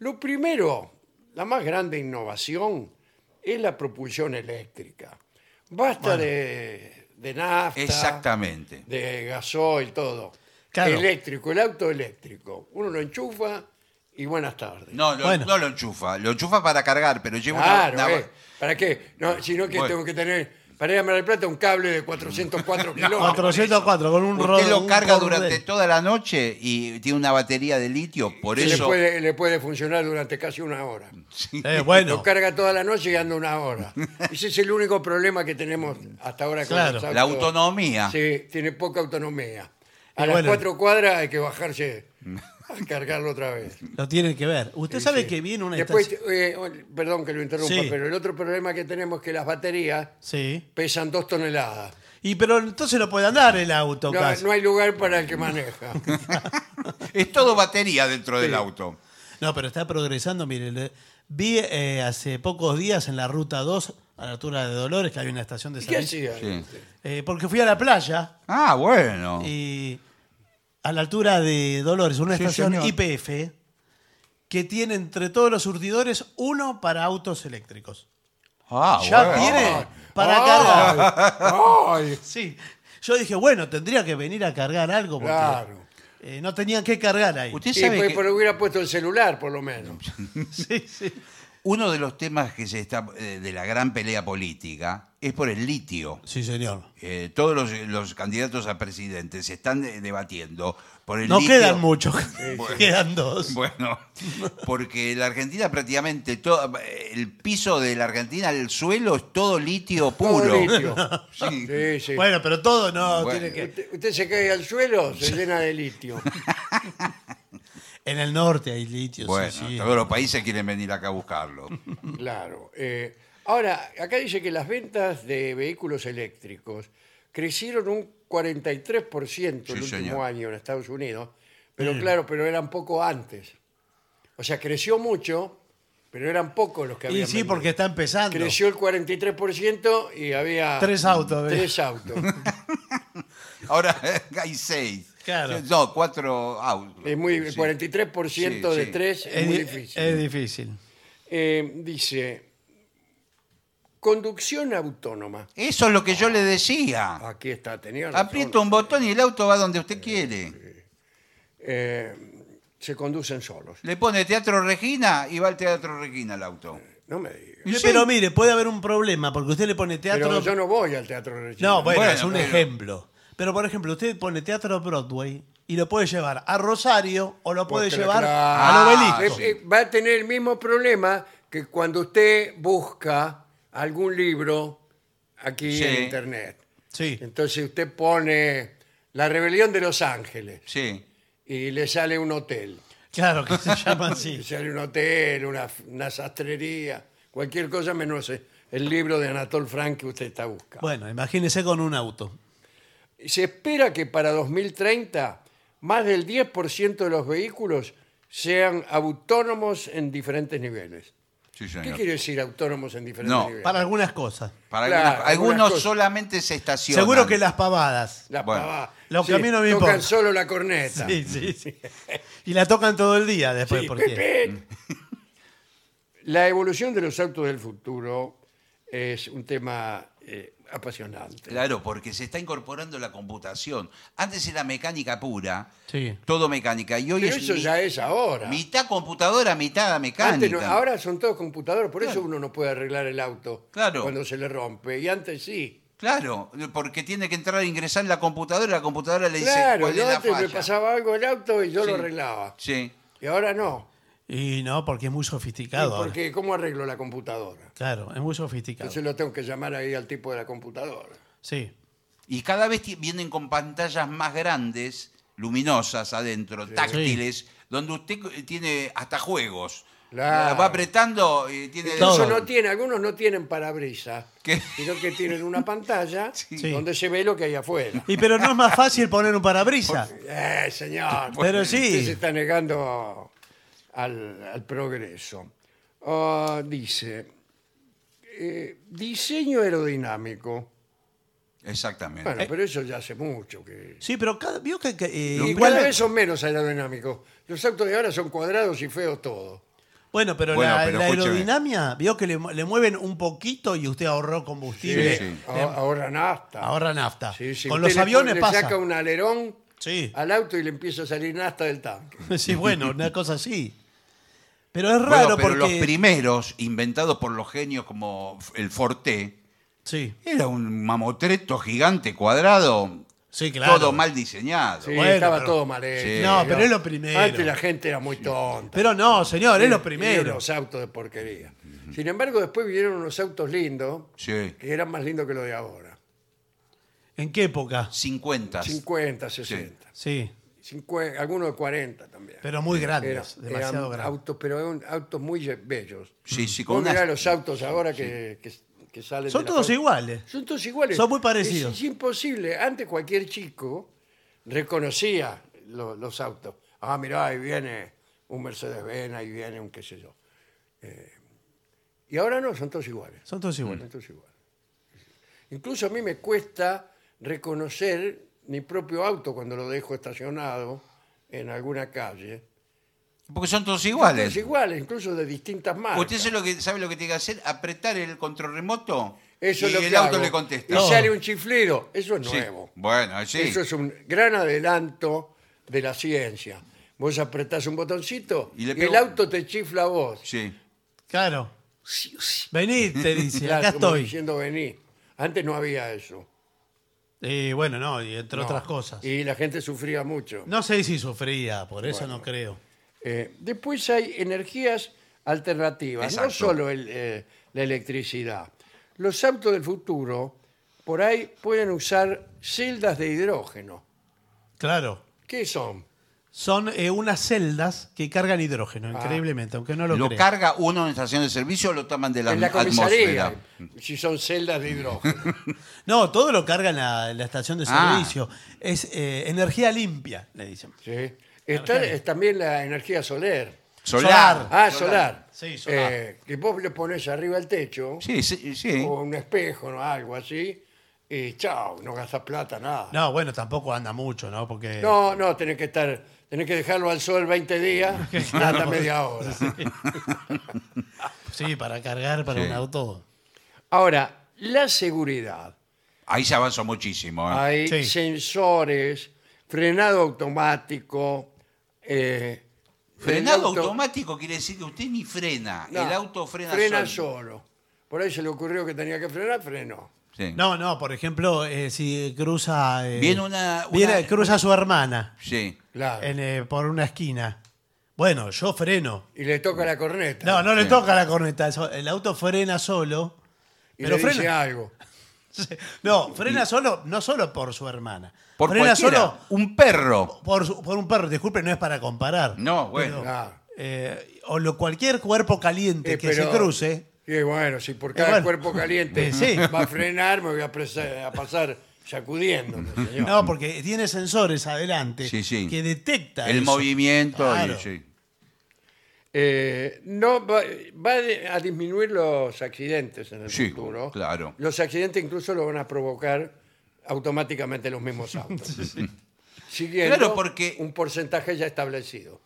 B: Lo primero, la más grande innovación es la propulsión eléctrica. Basta de, de nafta,
D: Exactamente.
B: de gasoil, todo.
C: Claro.
B: Eléctrico, el auto eléctrico. Uno lo enchufa y buenas tardes.
D: No, lo,
C: Bueno.
D: no lo enchufa. Lo enchufa para cargar, pero lleva una-
B: Claro,
D: una,
B: eh. ¿para qué? No, sino que
D: Bueno.
B: tengo que tener, para ir a Mar del Plata, un cable de 404 kilómetros.
C: 404 con un
D: Usted
C: ro-
D: lo
C: un
D: carga
C: cordel.
D: durante toda la noche y tiene una batería de litio, por
B: Que le
D: eso.
B: puede, le puede funcionar durante casi una hora.
C: Eh,
B: Lo
C: bueno,
B: carga toda la noche y anda una hora. Ese es el único problema que tenemos hasta ahora con
C: Claro.
B: los autos.
D: La autonomía.
B: Sí, tiene poca autonomía. A
C: Y
B: las
C: bueno.
B: cuatro cuadras hay que bajarse a cargarlo otra vez.
C: lo tienen que ver. Usted sabe que viene una
B: Después,
C: estación.
B: eh, perdón que lo interrumpa,
C: Sí.
B: pero el otro problema que tenemos es que las baterías
C: Sí.
B: pesan dos toneladas.
C: Y pero entonces no puede andar el auto
B: No,
C: casi.
B: no hay lugar para el que maneja.
D: Es todo batería dentro del auto.
C: No, pero está progresando. Mire, le- vi eh, hace pocos días en la ruta 2, a la altura de Dolores, que hay una estación de
B: ¿Qué
C: servicio.
B: hacía?
D: Sí.
C: Eh, porque fui a la playa
D: Ah, bueno.
C: y a la altura de Dolores, una
D: Sí,
C: estación
D: señor.
C: IPF que tiene entre todos los surtidores uno para autos eléctricos.
D: Ah,
C: Ya
D: bueno.
C: tiene para
B: Ay,
C: cargar.
B: ay,
C: Sí. Yo dije, bueno, tendría que venir a cargar algo porque
B: Claro.
C: eh, no tenían que cargar ahí.
D: Usted
B: Sí,
D: sabe
B: pues,
D: que
B: pero hubiera puesto el celular, por lo menos.
C: Sí, sí.
D: uno de los temas que se está eh, de la gran pelea política es por el litio.
C: Sí, señor.
D: Eh, todos los, los candidatos a presidentes están eh, debatiendo por el
C: No
D: litio.
C: quedan muchos, quedan dos.
D: Bueno, porque la Argentina prácticamente, todo, el piso de la Argentina, el suelo es todo litio puro.
B: Todo litio.
D: Sí.
B: Sí, sí.
C: Bueno, pero todo no
D: Bueno.
C: tiene que.
B: Usted, usted se cae al suelo, se llena de litio.
C: En el norte hay litio, sí,
D: Bueno,
C: sí.
D: todos los países quieren venir acá a buscarlo.
B: Claro. eh, ahora, acá dice que las ventas de vehículos eléctricos crecieron un 43% el
D: Sí,
B: último
D: señor.
B: año en Estados Unidos, pero claro, pero eran poco antes. O sea, creció mucho, pero eran pocos los que
C: Y
B: habían.
C: sí,
B: vendido.
C: porque está empezando.
B: creció el 43% y había
C: Tres autos, ¿ves?
B: Tres autos.
D: Ahora hay seis.
C: Claro.
D: No, cuatro autos.
B: Es muy
D: Sí.
B: 43%
D: Sí,
B: de
D: sí.
B: tres es,
C: Es,
B: muy
C: di-
B: difícil.
C: es difícil.
B: Eh, dice conducción autónoma.
D: Eso es lo que yo le decía.
B: Aquí está, tenía razón.
D: Aprieta un botón y el auto va donde usted quiere.
B: Eh, se conducen solos.
D: Le pone Teatro Regina y va al Teatro Regina el auto.
B: No me digas.
D: Y sí.
C: Pero mire, puede haber un problema, porque usted le pone teatro.
B: Pero yo no voy al teatro Regina.
C: No, bueno,
D: Bueno,
C: es un
D: pero-
C: ejemplo. Pero, por ejemplo, usted pone teatro Broadway y lo puede llevar a Rosario o lo puede
B: Porque,
C: llevar
B: claro,
C: al
D: Ah,
C: obelisco.
B: es- es- va a tener el mismo problema que cuando usted busca algún libro aquí
D: Sí.
B: en internet.
C: Sí.
B: Entonces usted pone La rebelión de Los Ángeles
D: Sí.
B: y le sale un hotel.
C: Claro, que se llama
B: Le
C: así.
B: sale un hotel, una, una sastrería, cualquier cosa menos eh, el libro de Anatole Frank que usted está buscando.
C: Bueno, imagínese con un auto.
B: Se espera que para 2030 más del 10% de los vehículos sean autónomos en diferentes niveles.
D: Sí,
B: ¿Qué
D: señor.
B: quiere decir autónomos en diferentes
D: No.
B: niveles?
C: Para algunas cosas.
D: Para
B: Claro,
D: algunas-
B: algunas
D: algunos
B: cosas.
D: solamente se estacionan.
C: Seguro que las pavadas.
B: Las
D: Bueno.
B: pavadas.
C: Lo que a mí no me
B: tocan
C: importa.
B: solo la corneta.
C: Sí, sí, sí. Y la tocan todo el día después.
B: Sí,
C: porque...
B: pipín. La evolución de los autos del futuro es un tema eh, apasionante.
D: Claro, porque se está incorporando la computación. Antes era mecánica pura,
C: Sí.
D: todo mecánica. Y hoy
B: Pero
D: es,
B: eso
D: mi-
B: ya es ahora.
D: mitad computadora, mitad mecánica.
B: Antes no, ahora son todos computadores, por eso
D: Claro.
B: uno no puede arreglar el auto
D: Claro.
B: cuando se le rompe. Y antes sí.
D: Claro, porque tiene que entrar e ingresar en la computadora, la computadora le dice
B: Claro,
D: cuál es
B: yo
D: la
B: antes me
D: falla.
B: pasaba algo el auto y yo lo
D: Sí.
B: arreglaba.
D: Sí.
B: Y ahora no.
C: Y no, porque es muy sofisticado. ahora.
B: Porque ¿cómo arreglo la computadora?
C: Claro, es muy sofisticado.
B: Entonces lo tengo que llamar ahí al tipo de la computadora.
D: Eh,
C: Sí.
D: Y cada vez ti- vienen con pantallas más grandes, luminosas adentro, táctiles, donde usted eh, tiene hasta juegos.
B: Claro.
D: Va apretando y tiene...
C: Todo.
B: Eso no tiene, algunos no tienen parabrisas,
D: ¿Qué?
B: sino que tienen una pantalla
C: Sí.
B: donde se ve lo que hay afuera.
C: Y pero no es más fácil poner un parabrisas.
B: Eh, señor.
C: Pero
B: Usted se
C: sí.
B: está negando al, al progreso. Ah, dice, eh, diseño aerodinámico.
D: Exactamente.
C: Eh.
B: Bueno, pero eso ya hace mucho que...
C: Sí, pero cada, vio que, que, eh,
B: Y
C: igual-
B: cada vez son menos aerodinámicos. Los autos de ahora son cuadrados y feos todos.
C: bueno, pero,
D: Bueno,
C: la,
D: pero
C: la
D: escúcheme.
C: aerodinámica, vio que le, mu- le mueven un poquito y usted ahorró combustible.
D: Sí, sí.
B: Ah- Ahora nafta.
C: Eh. Ahorra nafta.
B: Sí, sí.
C: Con
B: Usted le
C: los
B: pone-
C: aviones
B: le
C: pasa.
B: saca un Ah. alerón
C: Sí.
B: al auto y le empieza a salir nafta del tanque.
C: sí, bueno, una cosa así. Pero es
D: Bueno,
C: raro
D: pero
C: porque.
D: los primeros, inventados por los genios como f- el Forte,
C: sí,
D: era un mamotreto gigante cuadrado,
C: sí, claro.
D: todo mal diseñado.
B: Sí,
C: Bueno,
B: estaba
C: pero-
B: todo mal hecho.
D: Sí.
C: No, pero es lo primero.
B: Antes la gente era muy tonta.
C: Pero no, señor, es lo
B: Y
C: primero.
B: Los autos de porquería. Sin embargo, después vinieron unos autos lindos
D: Sí.
B: que eran más lindos que los de ahora.
C: ¿En qué época?
D: 50.
B: 50, 60.
C: Sí,
B: Cincue- algunos de 40 también.
C: pero muy
B: Era-
C: grandes, demasiado
B: eran
C: grandes.
B: autos, pero eran autos muy bellos.
D: Sí, sí,
B: Vos
D: con
B: mirá
D: unas-
B: los autos ahora que, que- que salen.
C: Son
B: de la
C: todos
B: fábrica.
C: iguales.
B: Son todos iguales.
C: Son muy parecidos.
B: Es, es imposible. Antes cualquier chico reconocía lo- los autos. Ah, mirá, ahí viene un Mercedes-Benz, ahí viene un qué sé yo. Eh, y ahora no, son todos iguales.
C: Son todos iguales.
B: Son todos iguales. Incluso a mí me cuesta reconocer mi propio auto cuando lo dejo estacionado en alguna calle.
D: Porque son todos
B: Son
D: iguales.
B: todos iguales, incluso de distintas marcas.
D: Usted sabe lo, que, sabe lo que tiene que hacer, apretar el control remoto
B: Eso
D: y
B: es lo
D: el
B: que
D: auto
B: hago.
D: le contesta.
B: Y
C: No.
B: sale un chiflido. Eso es
D: Sí.
B: nuevo.
D: Bueno, sí.
B: Eso es un gran adelanto de la ciencia. Vos apretás un botoncito
D: Y
B: y,
D: le
B: el
D: pego-
B: auto te chifla a vos.
D: Sí.
B: Mm.
C: Claro. Vení, te dice,
B: Claro,
C: acá
B: como
C: estoy.
B: Diciendo vení. Antes no había eso.
C: Y bueno, no, y entre
B: No.
C: otras cosas.
B: Y la gente sufría mucho.
C: No sé si sufría, por eso no creo.
B: Eh, después hay energías alternativas, no
D: Exacto.
B: solo el, eh, la electricidad. Los autos del futuro, por ahí, pueden usar celdas de hidrógeno.
C: Claro.
B: ¿Qué son?
C: Son eh, unas celdas que cargan hidrógeno,
B: Ah.
C: increíblemente, aunque no lo,
D: Lo,
C: crea.
D: carga uno en estación de servicio o lo toman de la,
B: en la comisaría,
D: atmósfera.
B: si son celdas de hidrógeno.
C: No, todo lo carga en la, en la estación de
D: Ah.
C: servicio. Es eh, energía limpia, le dicen.
B: ¿sí? Está eh, también la energía solar.
D: Solar.
C: Solar.
B: Ah, solar.
C: Sí, solar.
B: Eh, que vos le pones arriba el techo
D: Sí, sí, sí.
B: o un espejo o algo así y chao, no gastas plata, nada.
C: No, bueno, tampoco anda mucho, ¿no? Porque.
B: No, no, tenés que estar, tenés que dejarlo al sol 20 días, hasta media hora.
C: Sí, para cargar para
D: Sí.
C: un auto.
B: Ahora, la seguridad.
D: Ahí se avanzó muchísimo. ¿eh?
B: Hay
C: Sí.
B: sensores, frenado automático. eh, el
D: Frenado
B: auto-
D: automático quiere decir que usted ni frena.
B: No,
D: el auto frena,
B: frena
D: solo.
B: solo. Por ahí se le ocurrió que tenía que frenar, frenó.
D: Sí.
C: No, no, por ejemplo, eh, si cruza. eh,
D: Viene una-
C: viene-
D: una-
C: cruza a su hermana
D: Sí.
B: Claro.
C: en, eh, por una esquina. Bueno, yo freno.
B: Y le toca la corneta.
C: No, no le
D: Sí.
C: toca la corneta. eso- El auto frena solo.
B: y
C: pero
B: le
C: frena.
B: dice algo.
C: No, frena solo, no solo por su hermana.
D: Por
C: frena
D: cualquiera.
C: solo
D: Un perro.
C: por, su- por un perro. Disculpe, no es para comparar.
D: No, bueno.
B: Claro.
C: Eh, o lo, cualquier cuerpo caliente
B: Eh,
C: que
B: pero-
C: se cruce.
B: Y bueno, si por cada
C: bueno.
B: cuerpo caliente
C: Eh, sí.
B: va a frenar, me voy a, presa- a pasar sacudiéndome, señor.
C: No, porque tiene sensores adelante
D: Sí, sí.
C: que detecta
D: el
C: eso.
D: movimiento. y-
C: Claro.
D: sí.
B: Eh, no va, va a disminuir los accidentes en el
D: Sí,
B: futuro.
D: claro.
B: Los accidentes incluso lo van a provocar automáticamente los mismos autos. Siguiendo
D: Claro, porque-
B: un porcentaje ya establecido.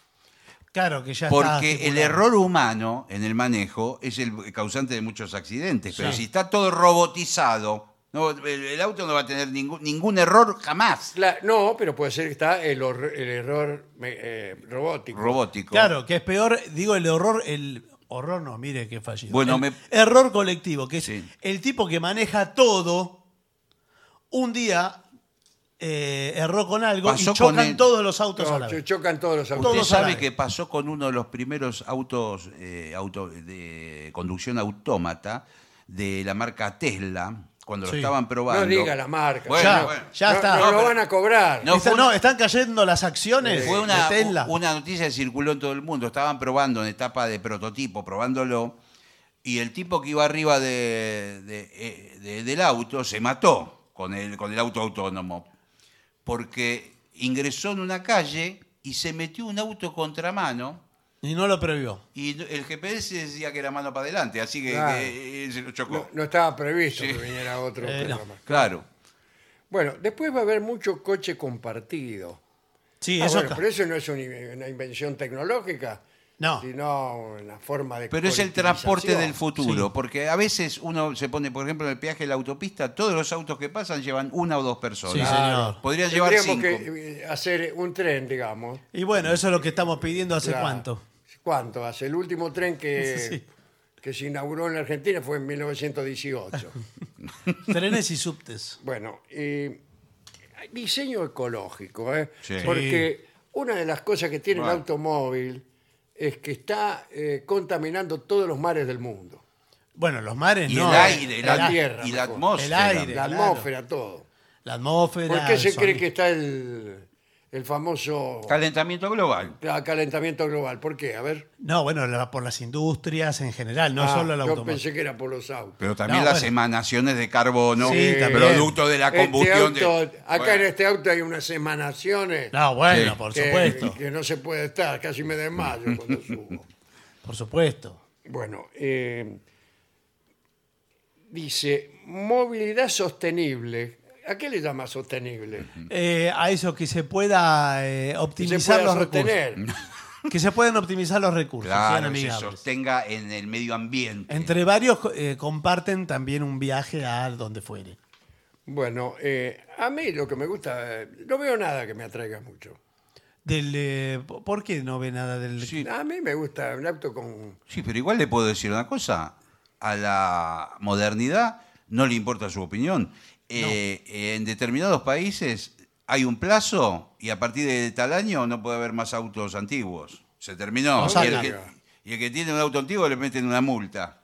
C: Claro, que ya está
D: Porque el
C: estipulado.
D: error humano en el manejo es el causante de muchos accidentes. Pero si está todo robotizado, no, el, el auto no va a tener ningún, ningún error jamás.
B: Cla- no, pero puede ser que está el, hor- el error me- eh, robótico.
D: Robótico.
C: Claro, que es peor, digo, el horror, el horror no, mire qué fallido.
D: Bueno,
C: El
D: me-
C: Error colectivo, que es
D: Sí.
C: el tipo que maneja todo, un día eh, erró con algo
D: Pasó
C: y
D: con
C: chocan
D: el-
C: todos los autos a
B: No,
C: la
B: cho-
C: vez.
B: chocan todos los autos.
D: Usted
C: Todos
D: sabe
C: alaben.
D: que pasó con uno de los primeros autos eh, auto- de conducción autómata de la marca Tesla, cuando
C: Sí.
D: lo estaban probando.
B: No diga la marca.
D: Bueno,
C: Ya,
D: bueno.
C: ya
B: No-
C: está.
B: No,
D: No,
B: lo
D: pero-
B: van a cobrar.
D: No,
C: Está-
D: fue
C: no,
D: una-
C: están cayendo las acciones
D: Fue una,
C: de Tesla.
D: una noticia que circuló en todo el mundo. Estaban probando en etapa de prototipo, probándolo, y el tipo que iba arriba de- de- eh, de- del auto se mató con el, con el auto autónomo, porque ingresó en una calle y se metió un auto contramano.
C: Y no lo previó.
D: Y no- el GPS decía que era mano para adelante, así que
B: Claro.
D: eh, eh, se lo chocó.
B: No, no estaba previsto
D: Sí.
B: que viniera otro
C: Eh, no.
B: programa.
D: Claro.
B: Bueno, después va a haber mucho coche compartido.
C: Sí,
B: Ah,
C: eso
B: bueno,
C: ca-
B: pero eso no es una in- una invención tecnológica,
C: No.
B: sino una forma de.
D: Pero es el transporte del
B: colectivización.
D: futuro,
C: Sí.
D: porque a veces uno se pone, por ejemplo, en el peaje de la autopista, todos los autos que pasan llevan una o dos
C: Sí,
D: personas.
C: señor.
D: Podrían llevar
B: Tendríamos
D: cinco.
B: que eh, hacer un tren, digamos.
C: Y bueno, eso es lo que estamos pidiendo hace
B: La-
C: cuánto.
B: ¿Cuánto? Hace el último tren que,
C: Sí.
B: que se inauguró en la Argentina fue en 1918.
C: Trenes y subtes.
B: bueno, eh, diseño ecológico, ¿eh?
D: Sí.
B: Porque una de las cosas que tiene el
D: Bueno.
B: automóvil es que está eh, contaminando todos los mares del mundo.
C: Bueno, los mares
D: Y
C: no.
D: el
C: eh.
D: aire,
B: la
D: la
B: tierra,
D: Y la
B: mejor.
D: atmósfera.
C: El aire.
B: La
C: claro.
B: atmósfera, todo.
C: La atmósfera.
B: ¿Por qué
C: el
B: se cree
C: sonido.
B: que está el, el famoso
D: Calentamiento global.
B: ca- calentamiento global? ¿Por qué? A ver.
C: No, bueno, la- por las industrias en general, no
B: Ah,
C: solo el
B: yo
C: automóvil.
B: pensé que era por los autos.
D: Pero también
C: No,
D: las
C: bueno.
D: emanaciones de carbono,
C: Sí, también.
D: producto de la
B: Este
D: combustión
B: auto-
D: de.
B: Acá en
D: Bueno,
B: este auto hay unas emanaciones
C: No, bueno,
D: Sí.
C: por
B: que,
C: supuesto.
B: que no se puede estar, casi me desmayo cuando subo.
C: Por supuesto.
B: Bueno, eh, dice, movilidad sostenible. ¿A qué le llama sostenible?
D: Mm.
C: Eh, a eso que se pueda eh,
B: Que se
C: optimizar
B: pueda
C: los
B: sostener.
C: recursos. Que se puedan optimizar los recursos. sean
D: Claro, que se
C: amigables.
D: sostenga en el medio ambiente.
C: Entre varios eh, comparten también un viaje a donde fuere.
B: Bueno, eh, a mí lo que me gusta, eh, no veo nada que me atraiga mucho.
C: Del, eh, po- ¿Por qué no ve nada del.?
D: Sí.
B: A mí me gusta un auto con...
D: Sí, pero igual le puedo decir una cosa. A la modernidad no le importa su opinión. Eh, En determinados países hay un plazo y a partir de tal año no puede haber más autos antiguos. Se terminó.
C: Nos
D: y, el
C: sacan.
D: que, y el que tiene un auto antiguo le meten una multa.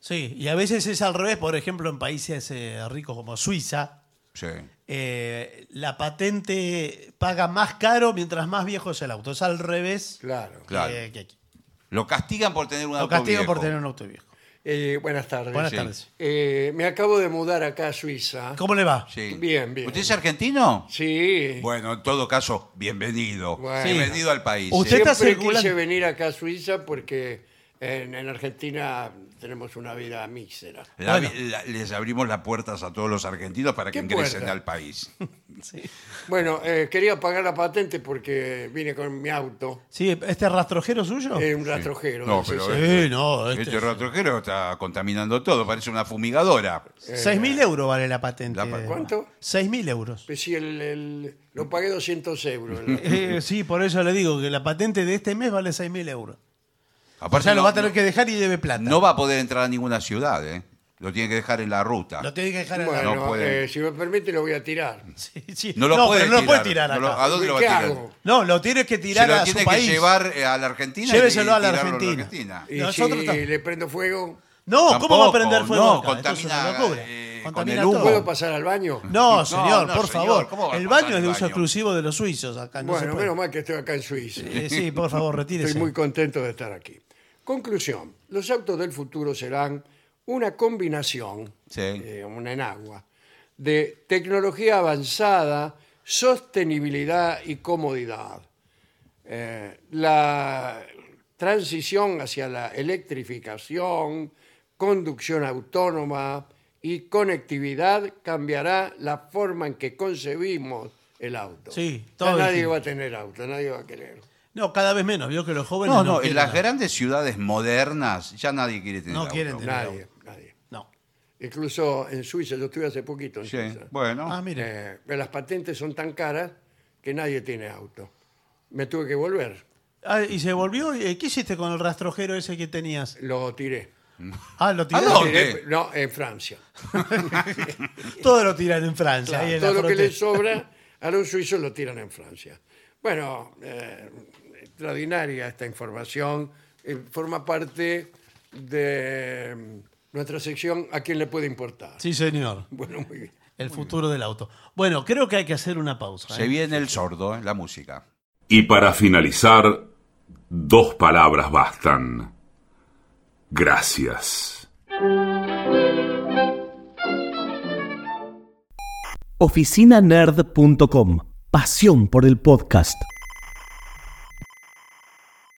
C: Sí, y a veces es al revés, por ejemplo, en países eh, ricos como Suiza,
D: Sí.
C: eh, la patente paga más caro mientras más viejo es el auto. Es al revés
B: Claro.
C: que-
D: Claro.
C: que aquí.
D: Lo castigan por tener un
C: Lo
D: auto
C: castigan por
D: viejo.
C: tener un auto viejo.
B: Eh, buenas tardes.
C: Buenas
D: Sí.
C: tardes.
B: Eh, me acabo de mudar acá a Suiza.
C: ¿Cómo le va?
D: Sí.
B: Bien, bien.
D: ¿Usted es argentino?
B: Sí.
D: Bueno, en todo caso, bienvenido.
B: Bueno.
D: Bienvenido al país.
C: Usted-
D: sí.
B: Siempre
C: está circulando.
B: quise venir acá a Suiza porque en, en Argentina tenemos una vida mísera.
D: La-
C: Bueno.
D: la- les abrimos las puertas a todos los argentinos para que
B: ¿Qué
D: ingresen
B: puerta?
D: al país.
C: Sí.
B: Bueno, eh, quería pagar la patente porque vine con mi auto.
C: Sí, ¿Este rastrojero suyo?
B: Es un rastrojero.
D: No,
B: sí,
D: pero
B: sí.
D: este-
C: Sí, no,
D: Este,
C: este es-
D: rastrojero está contaminando todo, parece una fumigadora.
C: 6.000 euros vale la patente.
D: La pa-
B: eh, ¿Cuánto?
C: 6.000 euros.
B: Pues sí, el- el- lo pagué 200 euros.
C: Eh, sí, por eso le digo que la patente de este mes vale 6.000 euros. O
D: Aparte,
C: sea, lo
D: no-
C: va a tener que dejar y debe plata.
D: no va a poder entrar a ninguna ciudad, ¿eh? Lo tiene que dejar en la ruta.
C: Lo tiene que dejar en la-
B: Bueno,
D: No puede.
B: eh, si me permite lo voy a tirar.
C: Sí, sí.
D: No lo puede
C: pero no lo puede tirar
D: tirar. No lo-
C: acá.
D: ¿A dónde lo va a
B: ¿Qué
D: tirar?
B: hago?
C: No, lo tiene que tirar
D: Se lo
C: a
D: tiene
C: su
D: que
C: país.
D: llevar eh, a la Argentina. y-
C: Lléveselo
D: y
C: a la
D: tirarlo en
C: Argentina.
D: Argentina.
B: Y
C: Nosotros
B: si
C: tam-
B: le prendo fuego,
C: No, ¿cómo va a
D: Tampoco,
C: prender fuego?
D: no,
C: acá? Esto es una
D: contamina,
C: locura.
D: eh, con
C: Contamina
D: el humo.
C: todo.
B: ¿puedo pasar al baño?
C: No,
D: No,
C: señor,
D: no,
C: por
D: señor, ¿cómo
C: favor.
D: va a
C: El
D: pasar
C: baño es
D: el
C: de uso
D: baño?
C: exclusivo de los suizos acá. No se
B: bueno,
C: puede.
B: menos mal que estoy acá en Suiza.
C: Eh, sí, por favor, retírese.
B: Estoy muy contento de estar aquí. Conclusión. Los autos del futuro serán una combinación,
D: Sí.
B: eh, una enagua, de tecnología avanzada, sostenibilidad y comodidad. Eh, la transición hacia la electrificación, conducción autónoma y conectividad cambiará la forma en que concebimos el auto.
C: Sí,
B: Ya
C: todo
B: nadie
C: distinto.
B: va a tener auto, nadie va a querer.
C: No, cada vez menos. Vio que los jóvenes.
D: no, no, en
C: quieren
D: las
C: nada.
D: grandes ciudades modernas ya nadie quiere tener
C: No
D: auto.
C: quieren tener.
B: Nadie, nadie.
C: No.
B: Incluso en Suiza, yo estuve hace poquito en
D: Sí,
B: Suiza.
D: bueno.
C: Ah, mire.
B: Eh, pero las patentes son tan caras que nadie tiene auto. Me tuve que volver,
C: Ah, y se volvió. eh, ¿Qué hiciste con el rastrojero ese que tenías?
B: lo tiré.
C: Ah, lo
D: ¿A
C: tiraron.
D: dónde?
B: Tiré- no, eh. en Francia.
C: Todo lo tiran en Francia. ahí en la
B: Todo lo que
C: frontera.
B: les sobra a los suizos lo tiran en Francia. Bueno, eh, extraordinaria esta información. Eh, forma parte de mm, nuestra sección A quién le puede importar.
C: Sí, señor.
B: Bueno, muy bien.
C: El futuro del auto. Bueno, creo que hay que hacer una pausa.
D: Se
C: ¿eh?
D: viene el sordo, eh, la música.
E: Y para finalizar, dos palabras bastan. Gracias.
F: oficinanerd.com. Pasión por el podcast.